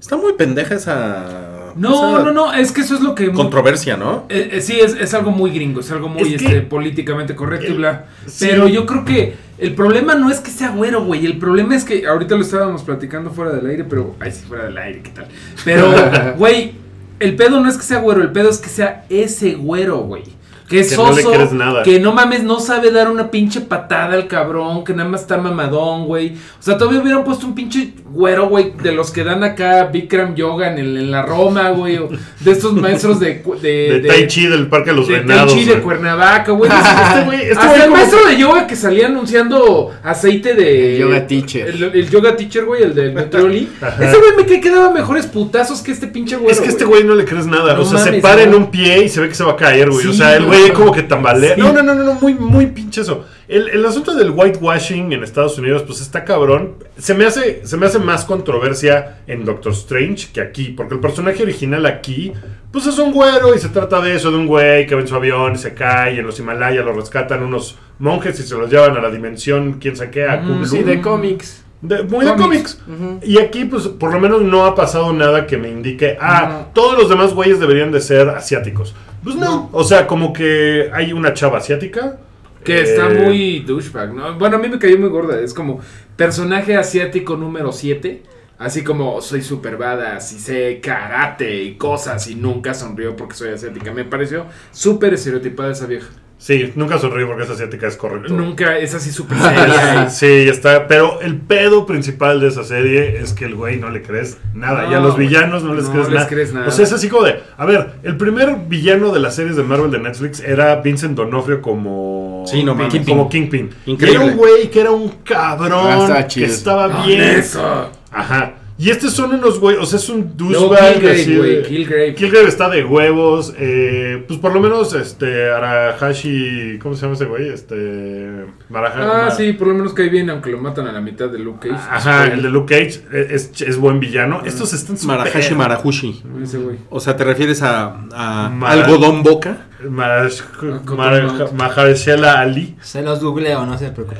B: Está muy pendeja esa,
C: No,
B: esa
C: no, no, es que eso es lo que...
B: controversia, ¿no?
C: Eh, eh, sí, es, es algo muy gringo, es algo muy
E: Es que-
C: este, políticamente correcto y
E: el-
C: bla.
E: sí.
C: Pero yo creo que el problema no es que sea güero, güey. El problema es que ahorita lo estábamos platicando fuera del aire, pero. Ay, sí, fuera del aire, ¿qué tal? Pero, güey, el pedo no es que sea güero, el pedo es que sea ese güero, güey. Que es
E: Que no le
C: oso,
E: quieres nada.
C: que no mames, no sabe dar una pinche patada al cabrón, que nada más está mamadón, güey. O sea, todavía hubieran puesto un pinche güero, güey, de los que dan acá Bikram Yoga en, el- en la Roma, güey, o de estos maestros Eh, de, cu-
E: De, Tai Chi del Parque de los
C: de
E: Venados.
C: Tai Chi de
E: güey.
C: Cuernavaca, güey.
E: Este güey- este
C: Hasta
E: güey
C: el
E: como-
C: maestro de yoga que salía anunciando aceite de.
D: El yoga teacher.
C: El, el yoga teacher, güey, el de Metroli.
E: Ajá.
C: Ese güey me que quedaba mejores putazos que este pinche güey.
E: es que este güey no le crees nada.
C: No
E: o sea, se
C: mames,
E: para en
C: no.
E: un pie y se ve que se va a caer, güey. o
C: Sí,
E: sea, el
C: no.
E: güey como que tambalea.
C: Sí.
E: No, no, no, no, no, muy, muy pinche eso. El, el asunto del whitewashing en Estados Unidos, pues está cabrón. Se me, hace, se me hace más controversia en Doctor Strange que aquí, porque el personaje original aquí, pues es un güero y se trata de eso, de un güey que va en su avión y se cae y en los Himalayas lo rescatan unos monjes y se los llevan a la dimensión, quién sabe qué, a Kulu.
D: Sí, de cómics.
E: De- muy de
C: Cómics.
E: cómics. Y aquí, pues, por lo menos no ha pasado nada que me indique, ah,
C: No.
E: todos los demás güeyes deberían de ser asiáticos. Pues no. O sea, como que hay una chava asiática.
C: Que está
E: eh,
C: muy douchebag, ¿no? Bueno, a mí me cayó muy gorda. Es como personaje asiático número 7. Así como soy super badass y sé karate y cosas y nunca sonrío porque soy asiática. Me pareció súper estereotipada esa vieja.
E: Sí, nunca sonríe porque es asiática, es correcto.
C: Nunca es así súper seria. y-
E: Sí, está. Pero el pedo principal de esa serie es que el güey no le crees nada. y a
C: No,
E: los
C: güey.
E: villanos no les,
C: No
E: crees,
C: les
E: nada.
C: crees nada.
E: O sea, es así como de. A ver, el primer villano de las series de Marvel de Netflix era Vincent Donofrio como.
B: Sí, no mames.
E: Como Kingpin.
B: Increíble.
E: Era un güey que era un cabrón.
D: Ah, estaba
E: que
D: chido.
E: estaba
C: Con
E: bien. Ah,
C: eso.
E: Ajá. Y estos son unos güey, o sea, es un
C: Luego
E: douchebag.
C: Kilgrave,
E: así
C: güey,
E: de-
C: Kilgrave.
E: Kilgrave está de huevos. eh, pues por lo menos, este, Arahashi, ¿cómo se llama ese güey? Este, Marahashi.
C: Ah, sí, por lo menos cae bien, aunque lo matan a la mitad de Luke Cage. Mm.
E: Ajá, el de Luke Cage e, es, es- es buen villano. Estos están super-
B: Marahashi Marahushi.
C: Ese güey.
B: O sea, ¿te refieres a, a
E: Mara-
B: algodón boca?
E: Marash-
C: Cotton
E: Mara-
C: Mouth.
E: Mahershala Ali.
A: Se los googleo, no se preocupen.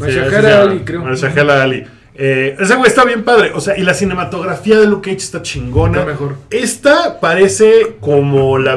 C: Mahershala Ali, creo.
E: Mahershala Ali. Eh, ese güey está bien padre. O sea, y la cinematografía de Luke Cage está chingona.
C: Está mejor.
E: Esta parece como la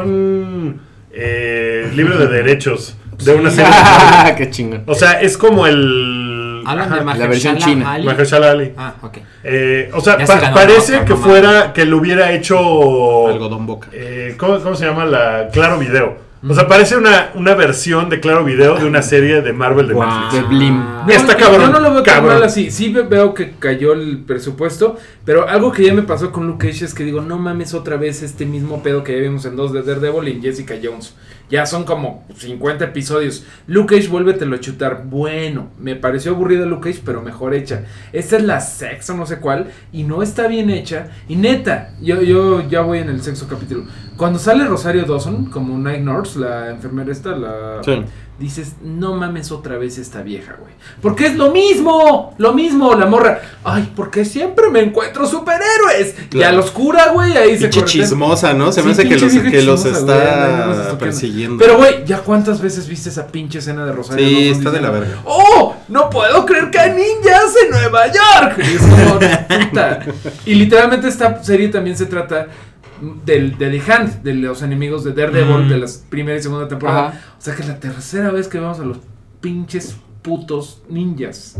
E: versión eh, libre de derechos de una serie.
D: Ah, qué chingón.
E: o sea, es como el.
A: Hablan
E: Ajá,
A: de Mahershala
D: la versión china.
A: Ali.
E: Mahershala Ali.
A: Ah, ok.
E: Eh, o sea,
A: Ya se
E: pa-
A: ganó,
E: parece
A: no,
E: que
A: no mames.
E: fuera que lo hubiera
C: Oh.
E: hecho.
B: Algodón boca.
E: Eh, ¿cómo, cómo se llama la Claro Video? O sea, parece una, una versión de Claro Video de una serie de Marvel de
B: Wow.
E: Netflix.
D: De Blim.
A: Ah,
E: Ya está
C: No,
E: cabrón,
C: Yo no lo veo tan
E: cabrón.
C: mal así. Sí ve- veo que cayó el presupuesto, pero algo que ya me pasó con Luke Cage es que digo, no mames otra vez este mismo pedo que ya vimos en dos de Daredevil y en Jessica Jones. Ya son como 50 episodios. Luke Cage, vuélvetelo a chutar. Bueno, me pareció aburrida Luke Cage, pero mejor hecha. Esta es la sexta, no sé cuál, y no está bien hecha. Y neta, yo, yo ya voy en el sexto capítulo. Cuando sale Rosario Dawson, como Night Nurse, la enfermera esta, la...
B: Sí.
C: Dices, no mames otra vez esta vieja, güey. Porque es lo mismo, lo mismo, la morra. Ay, porque siempre me encuentro superhéroes. Y a
B: Claro.
C: los cura, güey, ahí se
B: Pinche
C: corretean.
B: chismosa, ¿no? Se me
C: Sí,
B: hace que
C: pinche
B: los,
C: vieja
B: que los
C: chismosa, güey, ahí nos
B: está
C: estoqueando.
B: persiguiendo.
C: Pero, güey, ¿ya cuántas veces viste esa pinche escena de Rosario?
B: Sí,
C: Dawson
B: está de la
C: diciendo,
B: verga.
C: ¡Oh! ¡No puedo creer que hay ninjas en Nueva York! Y es como, puta. Y literalmente esta serie también se trata del, de The Hand, de los enemigos de Daredevil, de la primera y segunda temporada.
A: Ajá.
C: O sea que es la tercera vez que vemos a los pinches putos ninjas.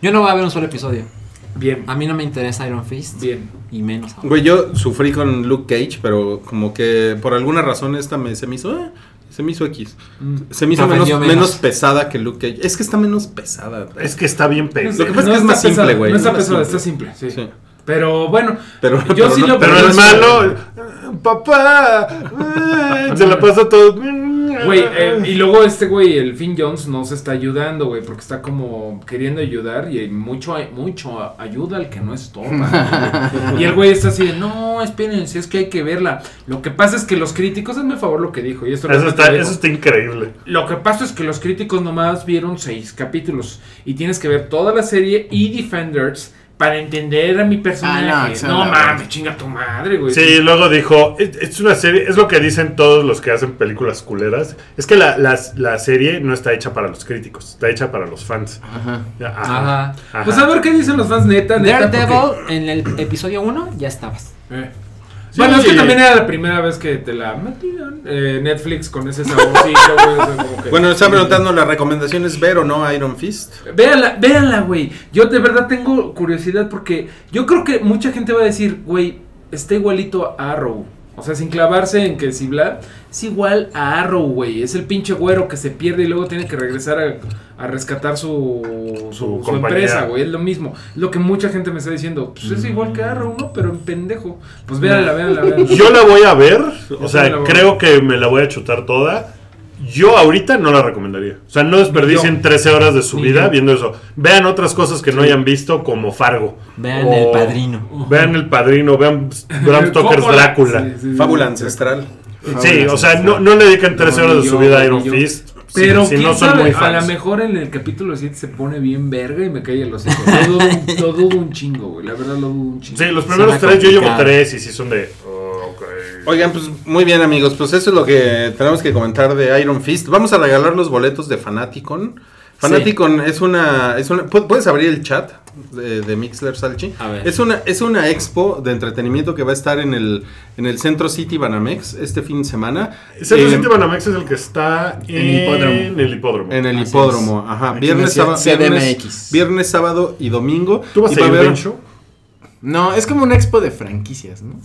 A: Yo no voy a ver un solo episodio.
C: Bien,
B: Ah.
A: A mí no me interesa Iron Fist.
C: bien.
A: Y menos ahora.
B: Güey, yo sufrí con Luke Cage, pero como que por alguna razón esta me, se me hizo... eh, se me hizo X.
C: Mm.
B: Se me hizo
A: Te
B: menos,
A: ofendió
B: menos
A: menos.
B: pesada que Luke Cage. Es que está menos pesada.
E: Es que está bien
B: Lo
E: pensado.
B: que pasa es que es
C: está
B: más simple,
C: pesada,
B: güey,
C: No está
B: es más
C: pesada,
B: simple.
C: está simple, sí.
B: Sí.
C: Pero bueno,
B: Pero-
C: yo
B: pero
C: sí
B: no-
C: lo
E: Pero
C: pondría-
E: el malo, papá, eh, se la pasa todo.
C: Güey, eh, y luego este güey, el Finn Jones, no se está ayudando, güey, porque está como queriendo ayudar y mucho, mucho ayuda al que no estorba. güey. y el güey está así de, no, espérense, es que hay que verla. Lo que pasa es que los críticos, hazme favor lo que dijo, y esto lo
E: Eso
C: que
E: está,
C: te digo.
E: eso está increíble.
C: Lo que pasa es que los críticos nomás vieron seis capítulos y tienes que ver toda la serie y Defenders para entender a mi personaje.
D: que sea
C: no
D: la
C: mames,
D: verga.
C: chinga tu madre, güey.
E: Sí, luego dijo, es, es una serie, es lo que dicen todos los que hacen películas culeras, es que la, la- la serie no está hecha para los críticos, está hecha para los fans.
D: Ajá.
E: Ajá.
A: Ajá.
E: Ajá.
C: Pues a ver qué dicen los fans neta, neta. porque-
A: Daredevil, en el episodio 1 ya estabas.
C: Eh.
E: Sí.
C: Bueno, es que también era la primera vez que te la metieron eh, Netflix con ese saborcito, güey. o sea, como que-
B: Bueno, están preguntando, ¿la recomendación es ver o no Iron Fist?
C: Véanla, véanla, güey. Yo de verdad tengo curiosidad porque yo creo que mucha gente va a decir, güey, está igualito a Arrow. O sea, sin clavarse en que si bla, es igual a Arrow, güey. Es el pinche güero que se pierde y luego tiene que regresar a, a rescatar su, su, su
E: compañía.
C: empresa, güey. Es lo mismo. Lo que mucha gente me está diciendo, pues es igual que Arrow, ¿no? Pero en pendejo. Pues véanla, véanla, véanla.
E: Yo la voy a ver, o
C: Yo
E: sea,
C: la voy a
E: creo que me la voy a chutar toda. Yo ahorita no la recomendaría. O sea, no desperdicien 13 horas de su
C: Ni
E: vida
C: yo.
E: viendo eso. Vean otras cosas que no hayan visto, como Fargo.
A: Vean
E: O-
A: El Padrino.
E: Vean El Padrino, vean Bram Stoker's
C: Cómoda.
E: Drácula.
C: Sí, sí, sí.
B: Fábula ancestral.
E: Sí, o sea, no, no le dedican 13
C: No,
E: horas
C: ni
E: de
C: yo,
E: su vida a
C: ni
E: Iron
C: yo.
E: Fist. si-
C: Pero
E: si,
C: quién
E: no son
C: sabe,
E: muy
C: a lo
E: fans.
C: mejor en el capítulo 7 se pone bien verga y me cae los hijos. Lo dudo, un- lo dudo un chingo, güey. La verdad lo dudo un chingo.
E: Sí, los primeros
A: Suena
E: tres yo llevo
A: complicado.
E: tres y sí son de. oh, ok.
B: Oigan, pues muy bien amigos, pues eso es lo que tenemos que comentar de Iron Fist. Vamos a regalar los boletos de Fanaticon. Fanaticon es una, es una, pu- puedes abrir el chat de, de Mixler Salchi.
A: A ver.
B: Es una, es una expo de entretenimiento que va a estar en el, en el Centro City Banamex este fin de semana.
E: Centro
B: Eh,
E: City Banamex es el que está en,
D: el hipódromo.
E: el hipódromo.
B: En el
D: Así
B: hipódromo, ajá.
D: Aquí
B: Viernes,
D: en la
B: sábado,
D: ciudad-
B: viernes,
D: CDMX.
B: viernes, sábado y domingo.
E: ¿Tú vas
B: Y
E: a
B: va
E: ir
B: haber-
E: Bencho?
D: No, es como una expo de franquicias, ¿no?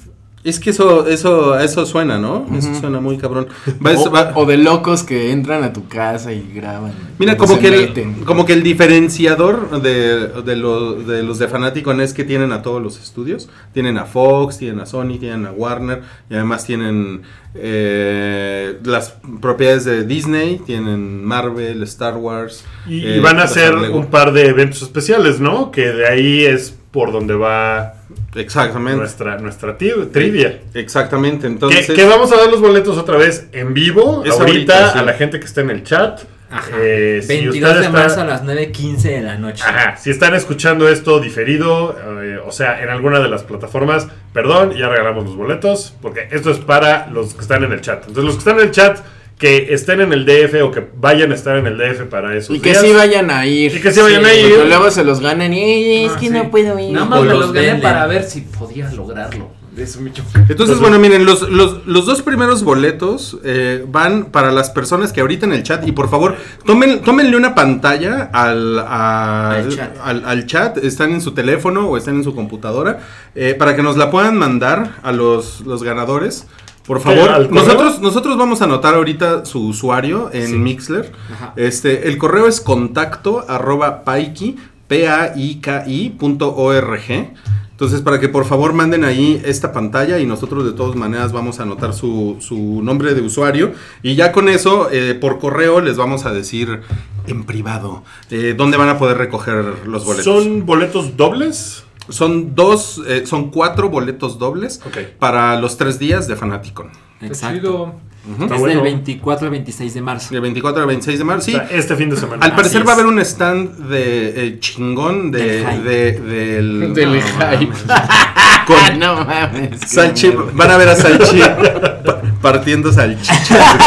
B: Es que eso, eso, eso suena, ¿no? Eso
D: Ujú.
B: suena muy cabrón. Va-
D: o,
B: va-
D: o de locos que entran a tu casa y graban.
B: Mira,
D: O
B: como
D: se
B: que, el,
D: meten.
B: como que el diferenciador de, de lo- de los de Fanaticon es que tienen a todos los estudios. Tienen a Fox, tienen a Sony, tienen a Warner. Y además tienen eh, las propiedades de Disney. Tienen Marvel, Star Wars.
E: Y, y
B: eh,
E: van a
B: las
E: hacer
B: Lego.
E: un par de eventos especiales, ¿no? Que de ahí es por donde va
B: Exactamente.
E: nuestra, nuestra tri- trivia.
B: Exactamente.
E: Que-
B: Entonces.
E: que, vamos a dar los boletos otra vez en vivo,
B: Es
E: ahorita,
B: ahorita, sí.
E: a la gente que está en el chat.
A: Ajá.
E: Eh, si
A: 22
E: usted
A: de
E: está-
A: marzo a las 9.15 de la noche.
E: Ajá, si están escuchando esto diferido, eh, o sea, en alguna de las plataformas, perdón, ya regalamos los boletos, porque esto es para los que están en el chat. Entonces, los que están en el chat, que estén en el DF o que vayan a estar en el DF para esos
D: Y que
E: días.
D: sí vayan a ir.
E: Y que sí vayan a ir.
D: Porque luego se los ganan. "Eh, es que no puedo ir.
C: Nada más
A: O
C: me
A: los
C: los gané
A: venden.
C: para ver si podía lograrlo. Eso me chocó.
B: Entonces, bueno, miren, los, los, los dos primeros boletos eh, van para las personas que ahorita en el chat, y por favor, tomen, tómenle una pantalla al, a-
A: Al chat.
B: al- al chat, están en su teléfono o están en su computadora, eh, para que nos la puedan mandar a los, los ganadores. Por
E: ¿Al
B: favor,
E: correo?
B: nosotros, nosotros vamos a anotar ahorita su usuario en Mixler.
A: Ajá.
B: Este, el correo es contacto arroba paiki, p a i k i punto org. Entonces, para que por favor manden ahí esta pantalla y nosotros de todas maneras vamos a anotar su, su nombre de usuario. Y ya con eso, eh, por correo les vamos a decir en privado eh, dónde van a poder recoger los boletos.
E: ¿Son boletos dobles?
B: Son dos, eh, son cuatro boletos dobles
E: Ok.
B: para los tres días de Fanaticon.
A: Exacto.
B: Ujú.
A: Es
E: Está
A: del
E: bueno.
A: 24 al 26 de marzo.
B: De 24 al 26 de marzo.
E: O
B: Sí,
E: sea, este fin de semana.
B: Al parecer
A: Así
B: va a
A: Ah, es.
B: haber un stand de eh, chingón de,
A: Del hype.
B: de- del,
D: Del
B: No,
D: hype.
B: mames.
D: Ah,
B: Con
D: no mames. qué
B: Salchi,
D: miedo.
B: van a ver a Salchi pa- partiendo salchichas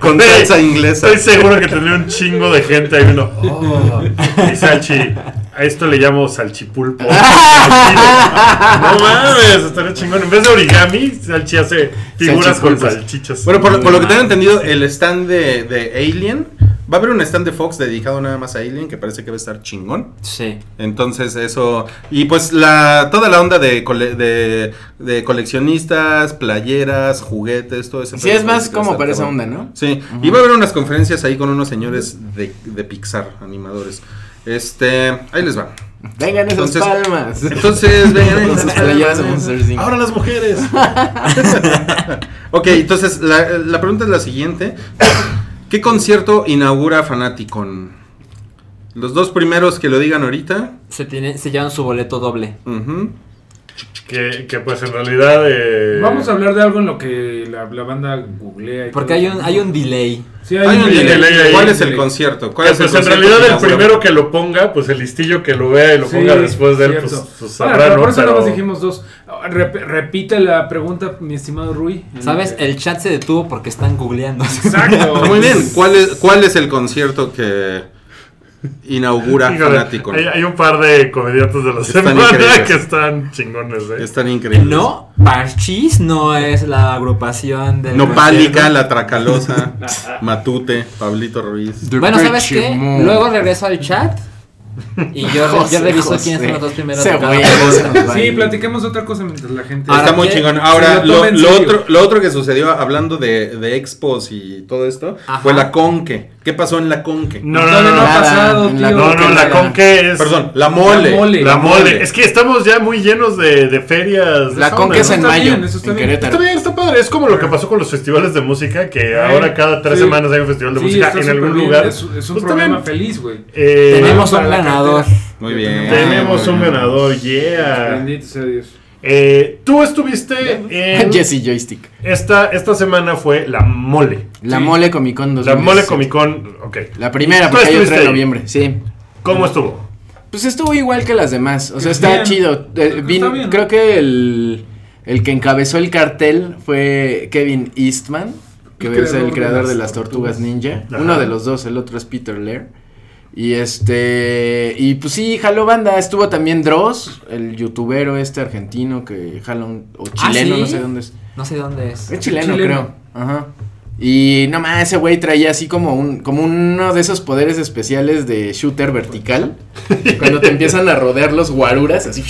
B: con salsa inglesa.
A: pues,
E: Estoy seguro que tendría un chingo de gente ahí uno. "Oh, y salchi. A esto le llamo salchipulpo. no mames, estaría chingón. En vez de origami, salchi hace figuras con
D: Salchipulpos.
E: salchichas.
B: Bueno, por, lo- por lo que tengo entendido, el stand de, de Alien va a haber un stand de Fox dedicado nada más a Alien que parece que va a estar chingón.
A: Sí.
B: Entonces eso y pues la toda la onda de cole- de, de coleccionistas, playeras, juguetes, todo eso.
D: Sí, es más como para esa onda, ¿no?
B: Sí, y va a haber unas conferencias ahí con unos señores de, de Pixar, animadores. Este, ahí les va.
D: Vengan esas
B: Entonces-
D: palmas.
B: Entonces, vengan.
D: Con sus playeras de Monster Inc.
E: Ahora las mujeres.
B: ok, entonces la, la pregunta es la siguiente. ¿Qué concierto inaugura Fanaticon? Los dos primeros que lo digan ahorita.
A: Se, tiene, se llevan su boleto doble.
B: Ujú.
E: que, que, pues en realidad. eh,
C: Vamos a hablar de algo en lo que la, la banda googlea. y
A: Porque
C: todo.
A: hay un, hay un delay.
C: Sí, hay,
B: Hay
C: un
B: un
E: delay.
B: delay ahí.
E: Hay
B: ¿Cuál
E: un
B: es el
C: delay.
B: concierto? ¿Cuál
E: que,
B: es el
E: pues en
B: concierto
E: realidad el
B: inaugura?
E: primero que lo ponga, pues el listillo que lo vea y lo
C: Sí,
E: ponga después de él,
C: cierto.
E: pues, pues
C: Bueno,
E: sabrá,
C: pero
E: ¿no?
C: por eso
E: Pero-
C: nada más dijimos dos. Rep- repite la pregunta, mi estimado Rui. Eh,
A: ¿Sabes? El chat se detuvo porque están googleando.
C: Exacto.
B: Muy bien, ¿cuál es, cuál es el concierto que inaugura
E: Híjole,
B: Fanaticon?
E: Hay, hay un par de comediantes de la
B: Están
E: semana
B: increíbles.
E: que están chingones, eh.
B: Están increíbles.
A: No, Parchis no es la agrupación del.
B: Nopálica, La Tracalosa, Matute, Pablito Ruiz.
A: Bueno, ¿sabes qué?
D: Pechimón.
A: Luego regreso al chat y yo, re- yo
D: José,
A: reviso
D: José.
A: quiénes son los dos primeros.
D: Ese
A: de cada
D: güey,
A: uno.
D: ese
C: Sí,
D: güey.
C: platiquemos otra cosa mientras la gente.
A: Ahora,
B: Está muy
A: ¿qué?
B: chingón.
C: Se
B: Ahora,
C: lo
B: lo,
C: tomen en
B: lo
C: serio.
B: otro, lo otro que sucedió hablando de, de expos y todo esto
A: Ajá.
B: fue la Conque. ¿Qué pasó en la Conque?
E: No, no,
C: Todavía
E: no,
C: no ha
D: nada,
C: pasado,
D: en la-
C: tío.
E: No, no, la conque es.
B: Perdón, la mole.
C: La mole.
E: La mole. Es que estamos ya muy llenos de, de ferias. de
D: La
E: esa
D: conque
E: onda,
D: es
E: ¿no?
D: en
C: Está
D: mayo,
C: bien, eso está
D: en
C: bien.
E: Está
D: Querétaro.
E: bien, está padre. Es como lo que pasó con los festivales de música, que
C: Eh,
E: ahora cada tres
C: sí.
E: semanas hay un festival de
C: Sí,
E: música
C: está
E: en
C: súper
E: algún
C: bien,
E: lugar.
C: Es, es un
E: Pues está
C: programa
E: bien.
C: feliz, güey.
E: Eh,
A: Tenemos
C: para
A: un
C: la
A: ganador.
C: cartera.
B: Muy bien.
E: tenemos
B: muy
E: un
B: bien.
E: ganador, yeah.
C: Bendito sea Dios.
E: Eh, Tú estuviste en.
D: Jesse Joystick.
E: Esta, esta semana fue la mole.
D: La
C: Sí.
D: Mole Comic Con
E: La
D: 2017.
E: mole Comic Con. Ok.
D: La primera,
E: Tú
D: porque hay
E: estuviste
D: otra en
E: ahí.
D: noviembre. Sí.
E: ¿Cómo estuvo?
D: Pues estuvo igual que las demás. O sea, está
C: Bien.
D: chido. Eh,
C: Está
D: vin-
C: bien, ¿no?
D: Creo que el, el que encabezó el cartel fue Kevin Eastman, que
C: El
D: es
C: creador
D: el
C: de
D: creador
C: las
D: de las tortugas,
C: Tortugas.
D: ninja.
E: Ajá.
D: Uno de los dos, el otro es Peter Lair. Y este. Y pues sí, jaló banda. Estuvo también Dross, el youtubero este argentino que jala un- o
A: ¿Ah,
D: chileno,
A: sí?
D: no sé dónde es.
A: No sé dónde es.
D: Es chileno,
C: Chileno.
D: creo. Ajá. Y no más, ese güey traía así como un como uno de esos poderes especiales de shooter vertical. cuando te empiezan a rodear los guaruras, así.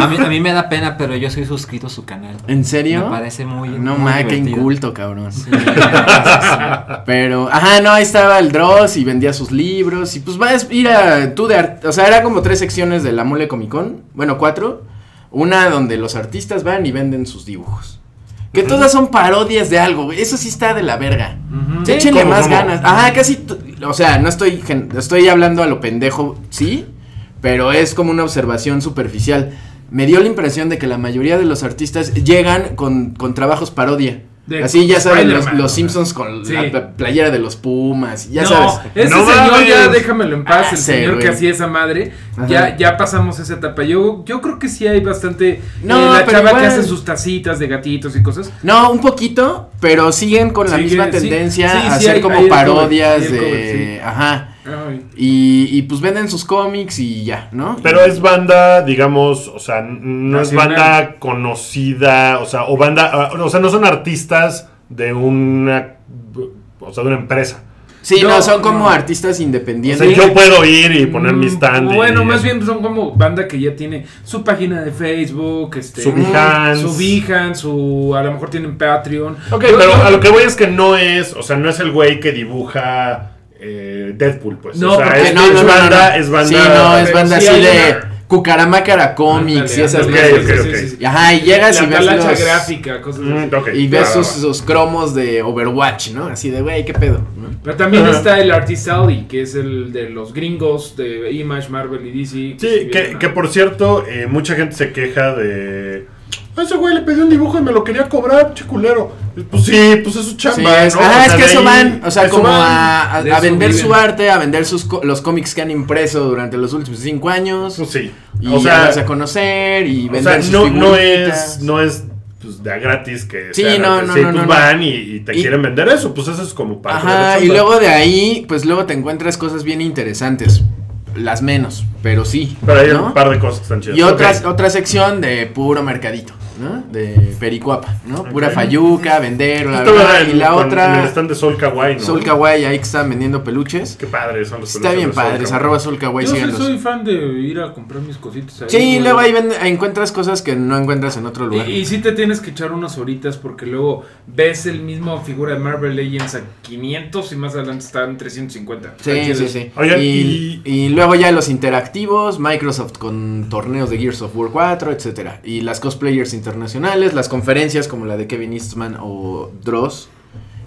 A: A mí, a mí me da pena, pero yo soy suscrito a su canal.
D: ¿En serio?
A: Me parece muy.
D: No
A: muy
D: mames, qué
A: divertido.
D: inculto, cabrón.
A: Sí, sí,
D: Pero, ajá, no, ahí estaba el Dross y vendía sus libros. Y pues vas a ir a tú de art- O sea, era como tres secciones de la mole Comic Con. Bueno, cuatro. Una donde los artistas van y venden sus dibujos. Que todas son parodias de algo, güey. Eso sí está de la verga.
C: Ujú.
D: Sí, Échenle
E: ¿Cómo,
D: más
E: cómo?
D: ganas. Ajá, casi. t- O sea, no estoy. gen- Estoy hablando a lo pendejo, sí. pero es como una observación superficial. Me dio la impresión de que la mayoría de los artistas llegan con, con trabajos parodia.
C: De
D: Así ya saben los,
C: Spider-Man,
D: los
C: o
D: Simpsons con
C: Sí.
D: la pla- playera de los Pumas, ya
C: no,
D: sabes.
C: ese
E: No
C: señor
E: mames.
C: ya déjamelo en paz,
D: Ah,
C: el
D: ese
C: señor que
D: güey.
C: hacía esa madre,
D: Ajá.
C: ya, ya pasamos esa etapa. Yo, yo creo que sí hay bastante
D: No,
C: eh, la
D: pero
C: chava que
D: igual.
C: hace sus tacitas de gatitos y cosas.
D: No, un poquito, pero siguen con la
C: Sigue,
D: misma
C: sí.
D: tendencia
C: Sí, sí,
D: a hacer
C: hay-
D: como
C: hay el cover,
D: parodias
C: hay el
D: de...
C: cover, sí.
D: Ajá.
C: Ay.
D: Y, y, pues venden sus cómics y ya, ¿no?
E: Pero es banda, digamos, o sea, n- no
C: Nacional.
E: es banda conocida, o sea, o banda, ah, o sea, no son artistas de una, o sea, de una empresa.
D: Sí, no,
C: No,
D: son como
C: no.
D: artistas
E: O sea,
D: independientes.
E: yo puedo ir y poner mi
C: Mm,
E: stand. y-
C: Bueno, más bien son como banda que ya tiene su página de Facebook, este,
E: Su Behance.
C: su Behance, su- a lo mejor tienen Patreon.
E: Ok,
C: Yo-
E: pero
C: yo-
E: a lo que voy es que no es, o sea, no es el güey que dibuja eh, Deadpool, pues.
C: No,
E: o sea,
C: porque
D: Eh,
E: es, es banda, es banda.
D: Sí, no, es
C: pero
D: banda
C: sí
D: así
C: hay
D: de
C: una-
D: Cucaramácara Comics
C: Ándale,
D: y esas
C: ándale,
E: cosas.
C: sí, sí,
E: Ok, ok,
C: sí,
E: ok.
C: sí, sí.
D: Y ajá, y llegas
C: la
D: y ves
C: avalancha
D: los-
C: gráfica, cosas así.
E: Mm, ok,
D: Y
E: va,
D: ves
E: va,
D: sus,
E: va.
D: sus cromos de Overwatch, ¿no? Así de, güey, ¿qué pedo? ¿no?
C: Pero también está el Artist Alley, que es el de los gringos de Image, Marvel y DC.
E: Sí, que,
C: vienen a-
E: que por cierto, eh, mucha gente se queja de. "A Ese güey le pedí un dibujo y me lo quería cobrar, che culero. Pues sí, pues es su chamba.
D: Sí,
E: ¿no?
D: es,
E: O
D: ah,
E: sea,
D: es que
E: de
D: eso
E: ahí-
D: van, o sea,
E: eso
D: como
E: van.
D: a, a-
C: de
D: a
C: eso
D: vender
C: viven.
D: su arte, a vender sus co- los cómics que han impreso durante los últimos cinco años.
E: Pues sí.
D: Y
E: O sea,
D: darse a conocer y
E: o
D: vender
E: sea,
D: sus
E: no, no
D: figuritas.
E: es. No es pues, de a gratis que.
D: Sí,
E: sean
D: no,
E: artistas.
D: no,
E: Sí,
D: no,
E: pues
D: no,
E: van y, y te
D: Y-
E: quieren vender eso. Pues eso es como para.
D: Ajá, y luego de ahí, pues luego te encuentras cosas bien interesantes. Las menos, pero sí.
E: Pero hay
D: ¿no?
E: un par de cosas que están chidas.
D: Y
E: Ok. Pues
D: otra, otra sección de puro mercadito, ¿no? De Pericuapa, ¿no? Pura
E: Ok.
D: fayuca, vender, bla, bla,
E: Estaba
D: bla.
E: en-
D: Y la
E: con- En el
D: otra,
E: stand de Sol Kawaii, ¿no?
D: Sol Kawaii, ahí que están vendiendo peluches.
E: Qué padre son los
D: Está bien padres, arroba Sol Kawaii,
C: Yo sí
D: síganlos.
C: soy fan de ir a comprar mis cositas. ahí,
D: Sí,
C: güey.
D: luego ahí ven- encuentras cosas que no encuentras en otro
C: Y,
D: lugar.
C: y sí te tienes que echar unas horitas porque luego ves el mismo figura de Marvel Legends a 500 y más adelante están 350.
D: Sí, sí, sí.
E: Oigan,
D: y,
E: y-
D: y luego ya los interactivos, Microsoft con torneos de Gears of War 4, etcétera. Y las cosplayers internacionales, las conferencias como la de Kevin Eastman o Dross.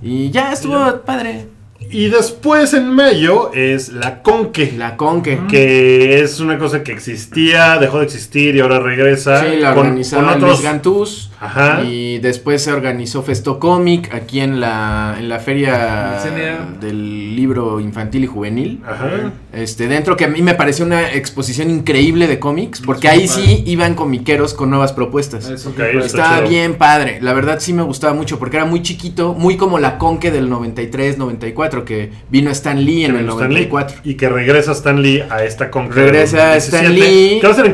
D: Y ya estuvo padre.
E: Y después en mayo es la Conque.
D: La Conque.
E: Mm. que es una cosa que existía, dejó de existir y ahora regresa.
D: Sí, la
E: con,
D: organizaba
E: con
D: Luis
E: otros.
D: Gantús.
E: Ajá.
D: Y después se organizó Festo Comic aquí en la, en la feria
C: Mercenea.
D: del libro infantil y juvenil.
E: Ajá.
D: Este, dentro que a mí me pareció una exposición increíble de cómics, porque ahí sí iban comiqueros con nuevas propuestas.
C: Eso
E: Ok,
C: me parece.
E: está
D: Estaba
E: chido.
D: bien padre, la verdad sí me gustaba mucho porque era muy chiquito, muy como la Conque del 93, 94 que vino Stan Lee en el
E: Stan Lee.
D: 94.
E: Y que regresa Stan Lee a esta Conque.
D: Regresa
E: del
D: Stan
E: 17,
D: Lee.
E: Que va a ser en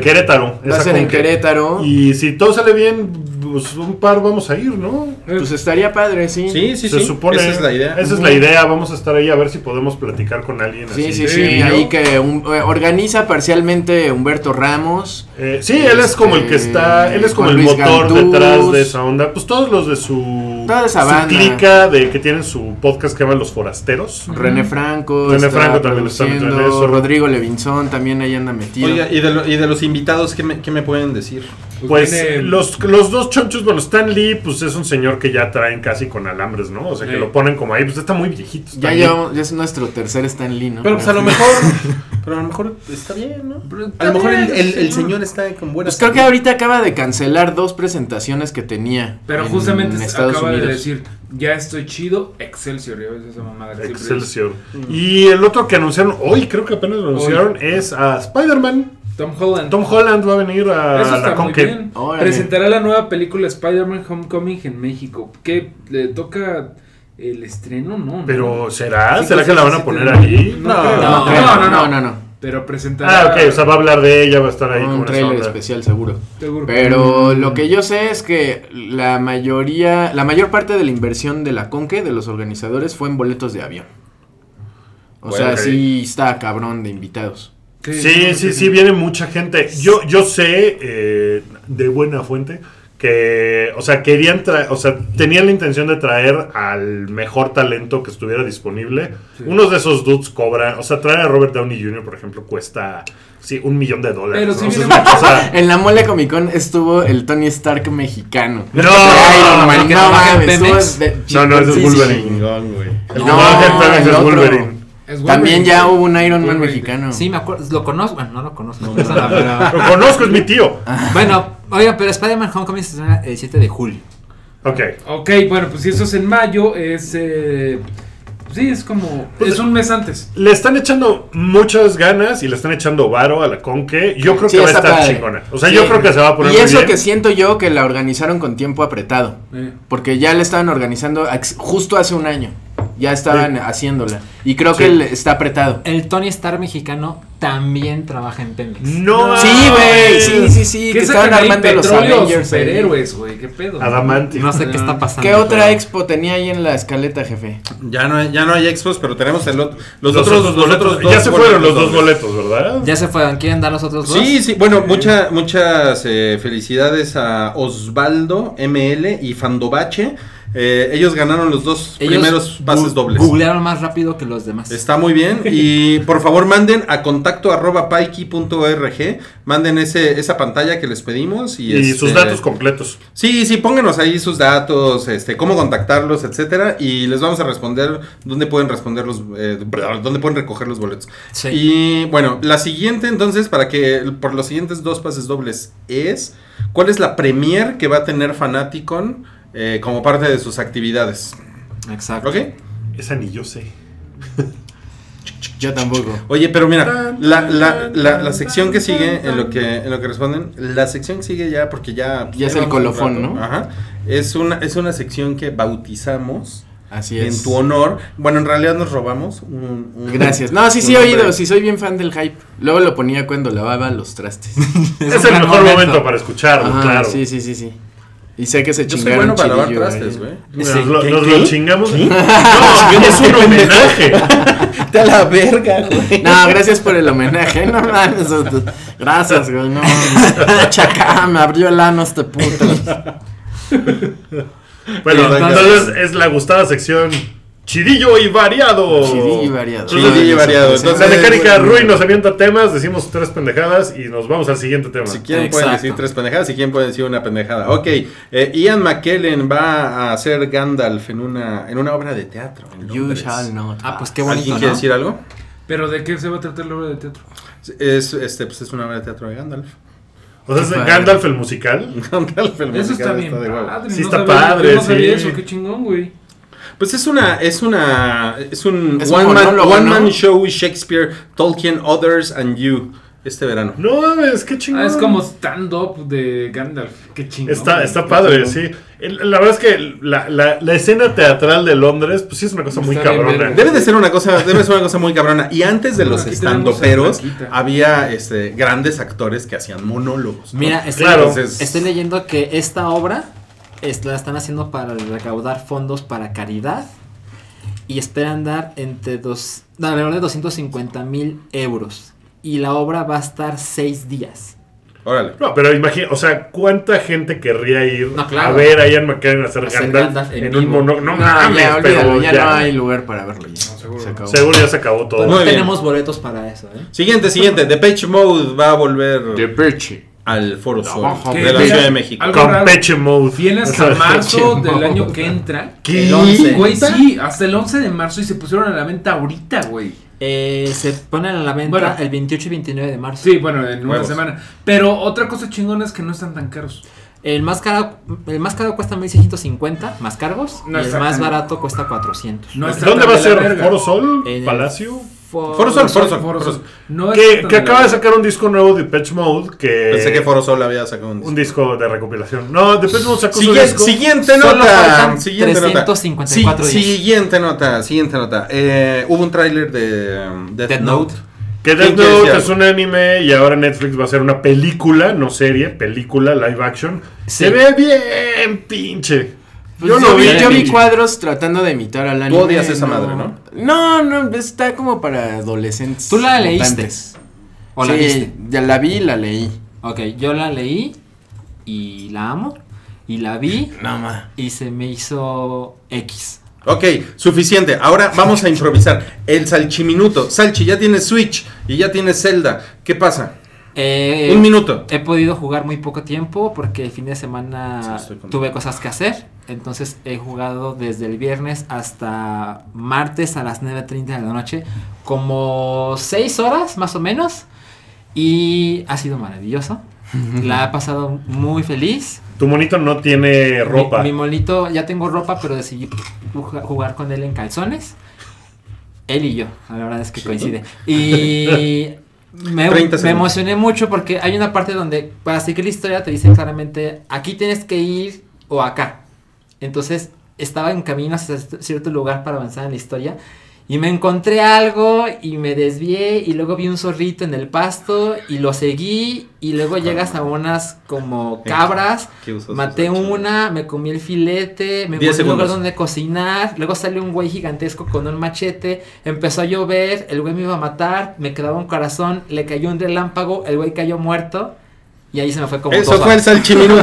D: Va
E: Querétaro.
D: a
E: esa
D: ser en
E: Conque.
D: Querétaro.
E: Y si todo sale bien, pues un par vamos a ir, ¿no?
D: Pues estaría padre, sí.
B: Sí, sí,
E: Se
B: sí.
E: supone.
B: Esa es la idea.
E: Esa es la idea. Vamos a estar ahí a ver si podemos platicar con alguien.
D: Sí,
E: así.
D: sí, sí,
C: Sí, ¿no?
D: ahí que un- eh, organiza parcialmente Humberto Ramos.
E: Eh, sí, él es como el que está, él es como
D: Este, Juan
E: el
D: Luis
E: motor
D: Gantús.
E: detrás de esa onda. Pues todos los de su,
D: Toda esa
E: su
D: banda.
E: clica de que tienen su podcast que llaman Los Forasteros.
D: René Franco,
E: René
D: está
E: Franco también está metido en
D: produciendo,
E: eso.
D: Rodrigo Levinson también ahí anda metido.
B: Oiga, y de, lo- y de los invitados, ¿qué me, qué me pueden decir?
E: Pues
C: tiene-
E: los, los dos chonchos, bueno, Stan Lee, pues es un señor que ya traen casi con alambres, ¿no? O sea, que
C: Sí.
E: lo ponen como ahí, pues está muy viejito. Stan
D: ya
E: Lee.
D: llevamos, ya es nuestro tercer Stan Lee, ¿no?
B: Pero pues a lo mejor. Pero a lo mejor está bien, ¿no? A lo mejor el, el- el señor está con buenas.
D: Pues creo que ahorita acaba de cancelar dos presentaciones que tenía.
C: Pero
D: en
C: justamente se
D: Estados
C: acaba de
D: Unidos.
C: decir, ya estoy chido, Excelsior, ya ves esa mamada. que siempre
E: Excelsior.
D: Mm.
E: Y el otro que anunciaron hoy, creo que apenas lo anunciaron, es a Spider-Man.
C: dice. Tom Holland.
E: Tom Holland va a venir a
C: Eso está
E: la
C: muy
E: Conque.
C: bien.
D: Órale.
C: Presentará la nueva película Spider-Man Homecoming en México. Que le toca el estreno, ¿no? ¿no?
E: Pero ¿será?
C: Sí,
E: ¿Será que
C: sí,
E: la van
C: sí,
E: a poner
C: tendrá-
E: ahí?
C: No, creo.
D: No,
C: No,
D: creo,
C: no, no,
D: no,
C: no.
D: no, no.
C: Pero presentará.
E: Ah, ok, o sea, va a hablar de ella, va a estar ahí
D: No,
E: con
D: un
E: esa
D: trailer
E: onda.
D: especial seguro.
C: seguro. Mm.
D: Pero lo que yo sé es que la mayoría, la mayor parte de la inversión de la Conque, de los organizadores, fue en boletos de avión. O
E: Bueno,
D: sea,
E: ok.
D: sí está cabrón de invitados.
E: Sí, sí, sí, viene mucha gente. Yo, yo sé eh, de buena fuente que, o sea, querían traer, o sea, tenían la intención de traer al mejor talento que estuviera disponible. Unos de esos dudes cobran, o sea, traer a Robert Downey Jr., por ejemplo, cuesta, sí, un millón de dólares.
C: Pero sí
E: ¿no? O sea,
C: viene
E: es una cosa-
D: En la mole Comic Con estuvo el Tony Stark mexicano.
E: No,
D: Iron Man,
E: no,
D: no, mames, estuvo de-
E: no, no, ese es
D: sí, sí.
E: Wolverine.
B: Chingón, güey.
E: El
D: No,
E: que va a hacer Pemex
D: el
E: es
D: otro.
E: Wolverine.
C: Es bueno.
D: También ya hubo un Iron Man
C: Wolverine.
D: mexicano.
A: Sí, me acuerdo, lo conozco, bueno, no lo conozco.
B: No,
A: pero esa
B: no.
A: es
D: Ah.
A: la verdad.
E: Lo conozco, es mi tío.
A: bueno, oiga, pero Spider-Man Homecoming se estrena el 7 de julio.
E: Ok.
C: Ok, bueno, pues si eso es en mayo, es. eh, sí, es como.
E: Pues-
C: es un mes antes.
E: Le están echando muchas ganas y le están echando varo a la Conque. Yo creo
D: Sí,
E: que va a
D: está
E: estar
D: padre.
E: chingona. O sea,
D: Sí.
E: yo creo que se va a poner
D: Y
E: muy
D: eso
E: bien.
D: que siento yo que la organizaron con tiempo apretado.
C: Eh,
D: Porque ya la estaban organizando ex- justo hace un año. Ya estaban
E: Sí.
D: haciéndola. Y creo
E: Sí.
D: que él está apretado.
A: El Tony Stark mexicano también trabaja en Pemex.
E: No.
D: Sí, güey.
E: mames.
D: Sí, sí, sí.
C: ¿Qué
D: Que estaban
C: sacan ahí?
D: armando los
C: Petróleo o
D: Avengers. ahí.
C: superhéroes, güey. ¿Qué pedo?
E: Adamante.
A: No sé qué está pasando.
D: ¿Qué otra
A: pero-
D: expo tenía ahí en la escaleta, jefe?
B: Ya no hay, ya no hay expos, pero tenemos el ot- los,
E: Los,
B: otros, los
E: otros boletos.
B: otros dos
E: ya se fueron los dos
B: dobles.
E: boletos, ¿verdad?
A: Ya se fueron, ¿quieren dar los otros dos?
B: Sí, sí, bueno, mucha- muchas eh, felicidades a Osvaldo ML y Fandobache. Eh, ellos ganaron los dos
A: Ellos
B: primeros pases
A: gu-
B: dobles. Este,
A: Googlearon más rápido que los demás.
B: Está muy bien. Y por favor manden a contacto arroba paiki.org. Manden ese, esa pantalla que les pedimos. Y,
E: Y sus
B: este,
E: datos completos.
B: Sí, sí, pónganos ahí sus datos, este, cómo contactarlos, etcétera, y les vamos a responder dónde pueden responder los, eh, perdón, dónde pueden recoger los boletos.
A: Sí.
B: Y bueno, la siguiente entonces, para que por los siguientes dos pases dobles es, ¿cuál es la premier que va a tener Fanaticon eh, como parte de sus actividades?
A: Exacto.
B: ¿Ok?
E: Esa ni yo sé.
D: Yo tampoco.
B: Oye, pero mira, la, la, la, la sección que sigue, en lo que, en lo que responden, la sección que sigue ya, porque ya...
D: Ya es
B: llevamos
D: el
B: un
D: colofón,
B: rato.
D: ¿no?
B: Ajá. Es una, es una sección que bautizamos
D: Así
B: en
D: es.
B: tu honor. Bueno, en realidad nos robamos un... un-
D: Gracias. No, sí, sí, he
B: un
D: oído.
B: nombre.
D: Sí, soy bien fan del hype. Luego lo ponía cuando lavaba los trastes.
E: Es,
A: un
E: el
A: gran
E: mejor momento,
A: momento
E: para escucharlo,
D: Ah,
E: claro.
D: Sí, sí, sí, sí. Y sé que se
B: Yo soy
D: chingaron eh,
B: bueno para lavar
D: chilillo,
B: trastes,
D: güey.
B: güey.
E: Nos,
B: Sí,
E: lo,
B: ¿qué-
E: nos
B: qué?
E: lo chingamos. No, es un homenaje.
D: Te a la verga, güey. No, gracias por el homenaje. No mames. hostia. Gracias, güey. No mames. Chacá, me abrió el ano este puto.
E: Bueno,
B: Exacto.
E: entonces es la gustada sección chidillo y variado.
D: Chidillo y variado.
E: Entonces,
B: Chidillo y variado.
E: Entonces,
D: Eh,
B: Entonces,
E: la mecánica
B: bueno.
E: Rui nos avienta temas, decimos tres pendejadas y nos vamos al siguiente tema.
B: Si quieren pueden
A: Exacto.
B: decir tres pendejadas, si quieren pueden decir una pendejada. Ok, eh, Ian McKellen va a hacer Gandalf en una, en una obra de teatro. en
D: You
B: Londres.
D: shall not.
A: Ah, pues qué
B: ¿Alguien
A: bonito,
B: quiere
A: ¿no?
B: decir algo?
C: ¿Pero de qué se va a tratar la obra de teatro?
B: Es, este, pues es una obra de teatro de Gandalf.
E: O sea, es
D: Qué padre.
E: Gandalf el musical.
B: Gandalf el
C: Eso
B: musical
C: está bien
B: de huevo.
C: padre.
E: Sí
C: no
E: está
C: sabía-
E: padre,
C: yo no sabía
E: sí.
C: eso, qué chingón, güey.
B: Pues es una, es una, es un
D: Es un
B: one, man,
D: monólogo,
B: one
D: ¿no?
B: man show Shakespeare, Tolkien, Others and You este verano.
E: No mames, qué chingón.
C: Ah, es como stand-up de Gandalf. Qué chingón.
E: Está,
C: güey.
E: está padre, sí. El- La verdad es que la, la- la escena teatral de Londres, pues sí es una cosa muy
C: Está bien
E: cabrona.
C: verga.
B: Debe de ser una cosa, debe ser una cosa muy cabrona. Y antes de
C: Bueno,
B: los
C: aquí tenemos a
B: estandoperos
C: Blanquita.
B: había este, grandes actores que hacían monólogos. ¿no?
A: Mira, estoy,
E: Claro.
B: Entonces-
A: estoy leyendo que esta obra es- la están haciendo para recaudar fondos para caridad y esperan dar entre dos, no, alrededor de 250 mil euros. Y la obra va a estar seis días.
B: Órale.
E: No, pero imagina, o sea, ¿cuánta gente querría ir
A: No, claro.
E: a ver a Ian McKellen hacer
A: Hacer
E: Gandalf,
A: Gandalf en
E: en, un
A: vivo.
E: mono? No,
D: No,
E: mames,
D: ya, olvídalo,
E: pero
D: ya,
E: ya,
D: no hay lugar para verlo ya.
C: seguro
D: Se
C: no.
D: acabó.
E: Seguro ya se acabó todo.
A: Pero
B: Muy
A: no
B: bien.
A: tenemos boletos para eso, ¿eh?
B: Siguiente, siguiente. Depeche Mode va a volver
D: De perche.
B: al Foro Sol
D: abajo,
B: de la
C: ¿qué?
B: Ciudad de México.
C: Algo
E: Con
C: raro.
E: Peche Mode.
C: Viene
E: O
C: hasta
E: sea,
C: marzo
D: che,
C: del
D: no.
C: año que entra.
E: ¿Qué?
A: El 11.
C: Güey, sí, hasta el 11 de marzo y se pusieron a la venta ahorita, güey.
A: Eh, se ponen a la venta
C: Bueno.
A: el 28 y 29 de marzo.
C: Sí, bueno, en una
B: Huevos.
C: semana. Pero otra cosa chingona es que no están tan caros.
A: El más caro, el más caro cuesta 1650 más cargos
C: No
A: y el
C: está
A: más
C: tan-
A: barato cuesta 400.
C: No está
E: ¿Dónde
C: tan
E: va a
C: de la
E: ser?
C: verga.
E: ¿Foro Sol?
A: En el-
E: ¿Palacio?
B: Foro Sol, Foro Sol,
C: Foro
B: Foro
C: Sol.
B: Sol.
C: No es
E: Que,
C: tan
E: que
C: de la
E: acaba de
C: verga.
E: sacar un disco nuevo de Depeche Mode que...
B: Pensé que Foro Sol había sacado un disco.
E: Un disco de recopilación. No, Depeche Mode sacó su
B: Siguiente,
E: disco.
B: siguiente
A: Solo
B: nota.
A: faltan
B: Siguiente nota.
A: 354
B: Sí,
A: días.
B: siguiente nota. Siguiente nota. Eh, hubo un tráiler de um, Death,
A: Death
B: Note.
A: Note.
E: Que
B: ¿Quién
E: Death
B: quiere decir
E: Note es
B: algo?
E: un anime y ahora Netflix va a hacer una película, no serie, película, live action.
A: Sí.
E: Se ve bien pinche.
D: Pues
E: yo
D: yo,
E: lo
D: vi,
E: vi.
D: yo vi cuadros tratando de imitar al anime.
B: odias esa madre, ¿no?
D: No, no, está como para adolescentes.
A: ¿Tú la leíste?
D: mutantes.
A: ¿O la
D: sí,
A: viste?
D: ya la vi y la leí.
A: Ok, yo la leí y la amo y la vi
D: No, ma.
A: y se me hizo X.
B: Ok, suficiente. Ahora vamos a improvisar. El salchiminuto. Salchi, ya tiene Switch y ya tiene Zelda. ¿Qué pasa?
A: Eh,
B: Un minuto.
A: He podido jugar muy poco tiempo porque el fin de semana
B: Sí, estoy contigo.
A: tuve cosas que hacer. Entonces he jugado desde el viernes hasta martes a las 9.30 de la noche. Como 6 horas más o menos. Y ha sido maravilloso. La he pasado muy feliz.
E: Tu monito no tiene
A: Mi-
E: ropa.
A: Mi, molito, ya tengo ropa, pero decidí ju- jugar con él en calzones. Él y yo, la verdad es que coincide. Y me, me
B: 30 segundos.
A: emocioné mucho porque hay una parte donde para seguir la historia te dicen claramente, aquí tienes que ir o acá. Entonces estaba en camino hacia c- cierto lugar para avanzar en la historia. Y me encontré algo y me desvié y luego vi un zorrito en el pasto y lo seguí y luego llegas a unas como cabras
B: ¿Qué usas?
A: Maté una, me comí el filete, me encontré un
B: 10
A: lugar
B: segundos.
A: donde cocinar, luego salió un güey gigantesco con un machete, empezó a llover, el güey me iba a matar, me quedaba un corazón, le cayó un relámpago, el güey cayó muerto y ahí se me fue como
B: Eso
A: dos
B: fue el
A: horas.
B: salchiminuto.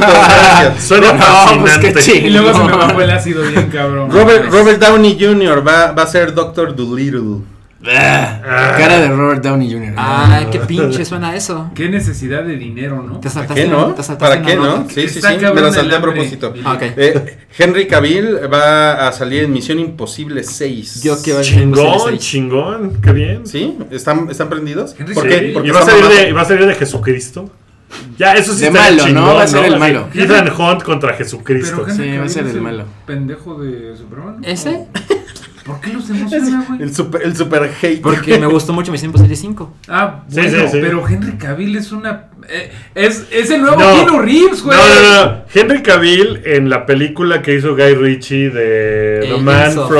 B: gracias.
E: Suena fascinante.
C: Y luego se me bajó el ácido bien, cabrón.
B: Robert, Robert Downey Jr. va, va a ser Doctor Dolittle.
D: Ah, Cara de Robert Downey Jr.
A: Ay, qué pinche suena eso.
C: Qué necesidad de dinero, ¿no?
A: Te
B: ¿Para
A: saltaste,
B: qué no?
A: te saltaste
B: ¿Para qué
A: una
B: no?
A: nota.
B: Sí, sí, sí.
C: Está
B: Me
C: cabrón
B: la
C: el
B: salté a
C: hambre.
B: propósito.
A: Ah, ok.
B: Eh, Henry Cavill va a salir en Misión Imposible 6.
A: Yo quiero el
E: Chingón,
A: Imposible seis.
E: chingón, qué bien.
B: ¿Sí? ¿Están, están prendidos?
C: Henry
B: ¿Por
C: Sí,
B: qué?
E: ¿Y
B: Porque
E: va a,
B: está
E: salir
B: mamado.
E: de, y va a salir de Jesucristo? Ya, eso sí
D: De
E: estaría
D: malo, ¿no?
E: chingón,
D: Va a ser el
E: Así,
D: malo.
E: Ethan Hunt contra Jesucristo.
C: Pero Henry
D: Sí, va a
C: Cavill
D: ser
C: es
D: el malo.
C: Pendejo de Superman. ¿no?
A: ¿Ese?
C: ¿Por qué los emociona, güey?
B: El super, el super hate.
A: Porque me gustó mucho Misión Imposible 5.
C: Ah,
E: Sí,
C: bueno,
E: sí, sí.
C: pero Henry Cavill es una. eh, es, es el nuevo
E: No.
C: Keanu Reeves,
E: No,
C: güey.
E: no, no. Henry Cavill en la película que hizo Guy Ritchie de The
A: Eh,
E: Man
A: Kings of-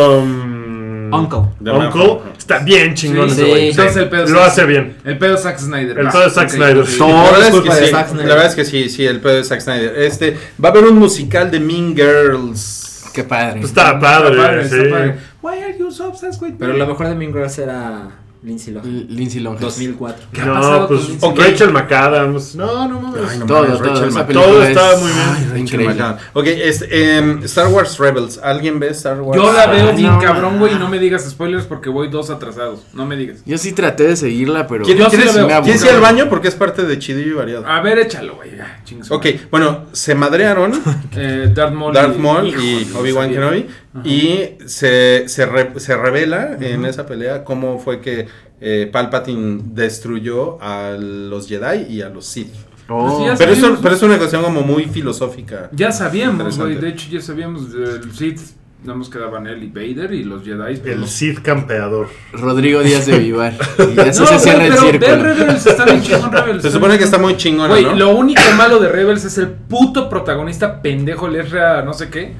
E: from
A: Uncle.
B: The Man
E: Uncle.
B: from-
E: Está bien chingón
A: Sí,
E: ese güey.
A: sí.
C: Entonces el pedo
E: Lo
C: Zack-
E: hace bien.
C: El pedo Zack Snyder.
E: El
C: va.
E: pedo Zack
C: Ok.
E: Snyder.
B: La
A: Todo
B: verdad,
A: es
B: es que
A: culpa de
B: sí,
A: Zack Snyder.
B: la verdad es que sí, sí, el pedo de Zack Snyder. Este, va a haber un musical de Mean Girls.
D: Qué padre.
E: Pues Está
C: Está
E: padre,
C: padre,
E: sí.
C: está padre. Why are you so obsessed with me?
A: Pero lo mejor de Mean Girls era Lindsay Lohan.
D: L- Lindsay Lohan.
A: 2004.
C: ¿Qué ha pasado
E: No,
C: con
E: pues
C: Lindsay
E: ok.
C: Lohan?
E: Rachel McAdams. No, no mames.
B: Ay, no
D: Todo,
B: mames,
D: todo.
B: Rachel
D: esa
B: Mc-
D: película
E: todo
D: es-
E: estaba muy bien.
D: Ay,
B: Rachel
D: increíble.
B: McAdams. Ok, este, em, Star Wars Rebels. ¿Alguien ve Star Wars?
C: Yo la veo
D: No,
C: bien
D: no.
C: cabrón, güey. y No me digas spoilers porque voy dos atrasados. No me digas.
D: Yo sí traté de seguirla, pero.
B: ¿Quién-
C: Yo sí
B: ¿Quieres,
C: la veo.
D: Me
B: ¿quieres ir
D: aburrió.
B: al baño? Porque es parte de Chidillo y Variado.
C: A ver, échalo, güey. ya, chingue su
B: Ok,
C: madre.
B: bueno, se madrearon
C: Eh, Darth Maul.
B: Darth Maul y
C: Híjole,
B: Obi-Wan
C: sabía.
B: Kenobi y se, se, re- se revela en esa pelea cómo fue que eh, Palpatine destruyó a los Jedi y a los Sith.
D: Oh.
C: Pues ya
B: Pero eso,
C: sabíamos.
B: pero es una cuestión como muy filosófica.
C: Ya sabíamos,
B: Interesante.
C: güey. De hecho, ya sabíamos. El Sith, nada más quedaban él y Vader y los Jedi. pues,
E: El
C: los-
E: Sith campeador.
D: Rodrigo Díaz de Vivar. Y así
C: No,
D: se
C: güey,
D: cierra el
C: pero ve
D: círculo.
C: Rebels, está bien chingón Rebels.
B: Se supone que está muy chingón,
C: Güey,
B: ¿no?
C: lo único malo de Rebels es el puto protagonista pendejo Lesra, no sé qué.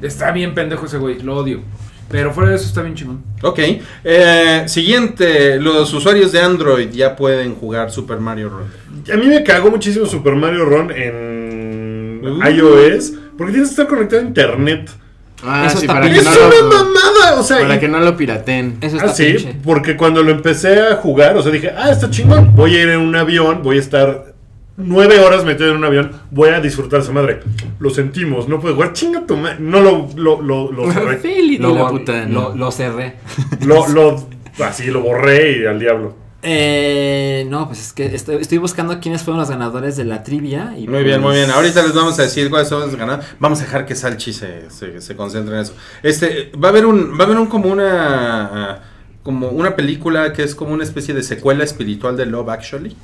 C: Está bien pendejo ese güey, lo odio. Pero fuera de eso está bien chingón.
B: Ok. eh, siguiente, los usuarios de Android ya pueden jugar Super Mario Run.
E: A mí me cagó muchísimo Super Mario Run en
B: Uh.
E: iOS. Porque tienes que estar conectado a internet.
D: Ah,
A: Eso
D: sí,
A: está
D: para que,
E: Es
D: no
E: una
D: lo,
E: mamada. O sea,
D: para
E: y-
D: que no lo pirateen.
A: Eso está
E: Ah, sí,
A: pinche.
E: porque cuando lo empecé a jugar, o sea, dije, ah, está chingón, voy a ir en un avión, voy a estar nueve horas metido en un avión, voy a disfrutar esa madre. Lo sentimos, no puedo jugar, chinga tu madre. No lo, lo, lo, lo cerré.
A: Fili de
D: Lo-
A: la
D: puta,
A: lo-
D: no.
A: lo cerré.
E: lo, lo, así lo borré y al diablo.
A: Eh, no, pues es que estoy, estoy buscando quiénes fueron los ganadores de la trivia. Y
B: Muy bien,
A: pues,
B: muy bien. Ahorita les vamos a decir cuáles son los ganados. Vamos a dejar que Salchi se, se, se concentre en eso. Este, va a haber un, va a haber un como una como una película que es como una especie de secuela espiritual de Love Actually.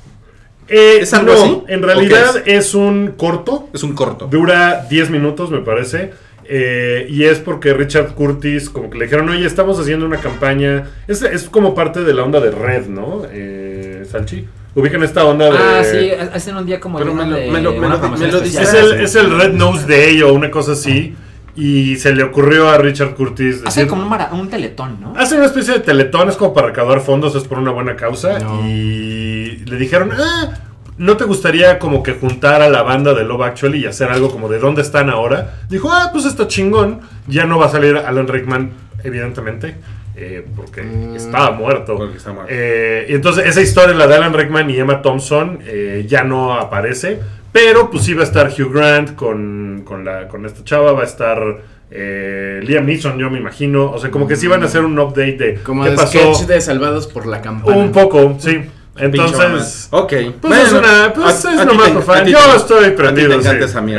E: Eh,
B: ¿Es algo
E: no,
B: así?
E: en
B: ¿O
E: realidad
B: qué
E: es un corto,
B: Es un corto.
E: Dura 10 minutos, me parece. eh, y es porque Richard Curtis, como que le dijeron, oye, estamos haciendo una campaña. Es, es como parte de la onda de Red, ¿no? Eh, Salchi. Ubican esta onda de.
A: Ah, sí, hacen un día como
B: Pero
A: lleno
B: me lo-
A: de
B: me lo-
A: una
B: me lo-
A: promoción
B: me lo
A: especial.
E: Es el, es el Red Nose Day o una cosa así. Y se le ocurrió a Richard Curtis decir.
A: Hacen como un, mara- un teletón, ¿no?
C: Ah,
E: Hacen una especie de teletón, es como para recaudar fondos, es por una buena causa.
D: No.
E: Y le dijeron, ah, ¿no te gustaría como que juntar a la banda de Love Actually y hacer algo como de dónde están ahora? Dijo, ah, pues está chingón. Ya no va a salir Alan Rickman, evidentemente, eh, porque estaba muerto.
B: Porque está muerto.
E: Eh, y entonces esa historia, la de Alan Rickman y Emma Thompson, eh, ya no aparece. Pero pues sí va a estar Hugh Grant con, con la, con esta chava, va a estar eh, Liam Neeson, yo me imagino. O sea, como que sí van a hacer un update de
D: Como
E: qué
D: de
E: pasó.
D: sketch de Salvados por la Campana.
E: Un poco, sí.
B: Pinche mamá. Oh,
E: Entonces.
B: Ok.
E: Pues es una. Pues es nomás por fan. Yo estoy prendido. sí.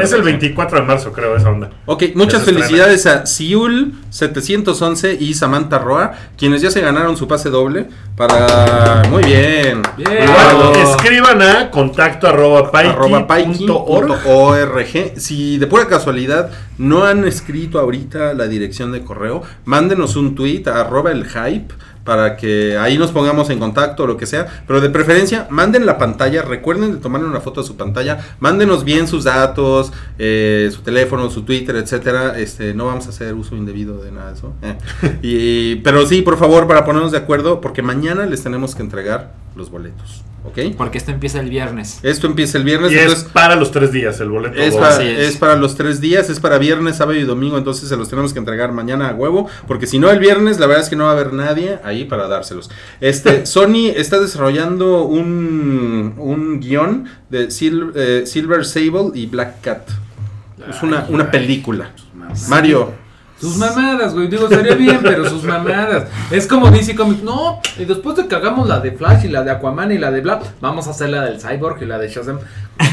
E: Es
B: 24
E: el 24 de marzo, creo, esa onda.
B: Ok, muchas
E: Eso
B: felicidades a Siul 711 y Samantha Roa, quienes ya se ganaron su pase doble para... Muy bien.
C: Bien.
B: Bravo.
E: Igual, escriban a contacto arroba
B: Arroba
E: paiki punto org.
B: paiki.org. Si de pura casualidad no han escrito ahorita la dirección de correo, mándenos un tweet a arroba el hype para que ahí nos pongamos en contacto o lo que sea. Pero de preferencia, manden la pantalla. Recuerden de tomarle una foto a su pantalla. Mándenos bien sus datos, eh, su teléfono, su Twitter, etcétera. Este, no vamos a hacer uso indebido de nada de eso. eh. Y, pero sí, por favor, para ponernos de acuerdo, porque mañana les tenemos que entregar los boletos. ¿Ok?
A: Porque esto empieza el viernes.
B: Esto empieza el viernes,
E: Y es
B: entonces
E: para los tres días el boleto.
B: es
E: doble.
B: para,
A: Así es.
B: es para los tres días, es para viernes, sábado y domingo, entonces se los tenemos que entregar mañana a huevo, porque si no el viernes, la verdad es que no va a haber nadie ahí para dárselos. Este, Sony está desarrollando un, un guión de Sil- eh, Silver Sable y Black Cat. Es una, una película. Mario,
C: Sus mamadas, güey. Digo, estaría bien, pero sus mamadas. Es como DC Comics. No, y después de que hagamos la de Flash y la de Aquaman y la de Bla, vamos a hacer la del Cyborg y la de Shazam.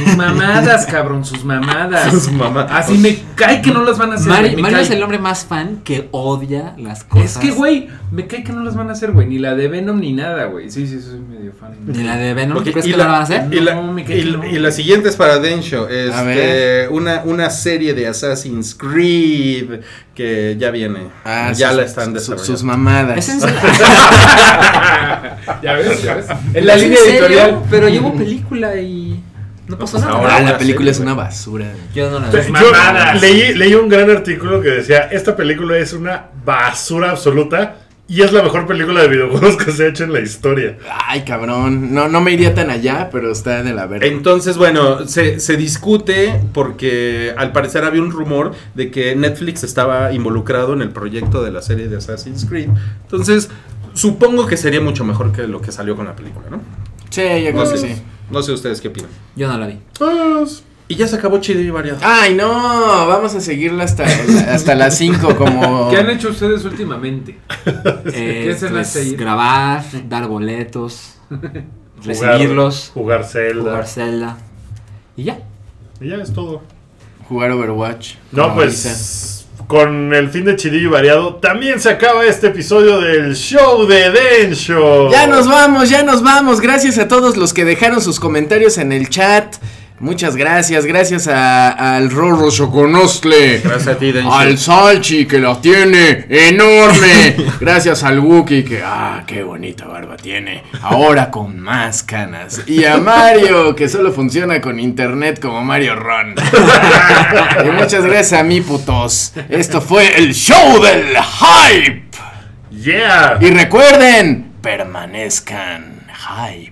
C: Sus mamadas, cabrón, sus mamadas.
B: Sus mamadas.
C: Así me cae que no las van a hacer.
A: Mari-
C: güey, me
A: Mario
C: cae.
A: es el hombre más fan que odia las cosas.
C: Es que, güey, me cae que no las van a hacer, güey. Ni la de Venom ni nada, güey. Sí, sí, soy medio fan.
A: Ni la de Venom,
B: Ok,
A: ¿tú crees
B: y
A: que
B: la-
A: la, van a hacer?
B: y la,
C: No, me cae
B: y la-
C: que no.
B: y la siguiente es para Densho. Este,
D: ver.
B: una, una serie de Assassin's Creed que ya viene.
D: Ah,
B: ya
D: sus-
B: la están
D: sus-
B: desarrollando.
D: Sus mamadas. Ah,
A: Es en serio.
C: Ya ves, ya ves. En
A: Es
C: la
A: en
C: línea
A: serio,
C: editorial.
A: Pero llevo película y no pasó
B: pues
A: nada.
B: ahora-
D: Ah,
B: una
D: la película
B: serie,
D: es una
B: güey.
D: basura.
A: Yo no la
E: Yo
A: veo.
C: mamadas.
E: leí, leí un gran artículo que decía, esta película es una basura absoluta y es la mejor película de videojuegos que se ha hecho en la historia.
D: Ay, cabrón. No, no me iría tan allá, pero está de la verga.
B: Entonces, bueno, se, se discute porque al parecer había un rumor de que Netflix estaba involucrado en el proyecto de la serie de Assassin's Creed. Entonces, supongo que sería mucho mejor que lo que salió con la película, ¿no?
D: Sí,
A: Pues
D: yo
B: No
D: creo que
B: sé,
D: sí.
B: no sé ustedes qué opinan. Pues,
A: Yo no la vi.
B: Y ya se acabó Chido y Variado.
D: Ay, no. Vamos a seguirla hasta, hasta las 5 como...
C: ¿Qué han hecho ustedes últimamente?
A: Eh,
C: ¿Qué se me
A: pues,
C: hace ir?
A: grabar, dar boletos,
E: Jugar-
A: recibirlos,
E: Jugar Zelda.
A: jugar Zelda. Y ya.
E: Y ya es todo.
D: Jugar Overwatch.
E: No,
D: como
E: pues
D: dice.
E: con el fin de chidillo y variado, también se acaba este episodio del show de Den Show.
D: Ya nos vamos, ya nos vamos. Gracias a todos los que dejaron sus comentarios en el chat. Muchas gracias, gracias a- al Rorro Soconostle.
B: Gracias a ti, Dencho.
D: Al Salchi que la tiene enorme. Gracias al Wookie que, ah, qué bonita barba tiene. Ahora con más canas. Y a Mario que solo funciona con internet como Mario Ron. y muchas gracias a mí, putos. Esto fue el show del hype.
E: Yeah.
D: Y recuerden, permanezcan hype.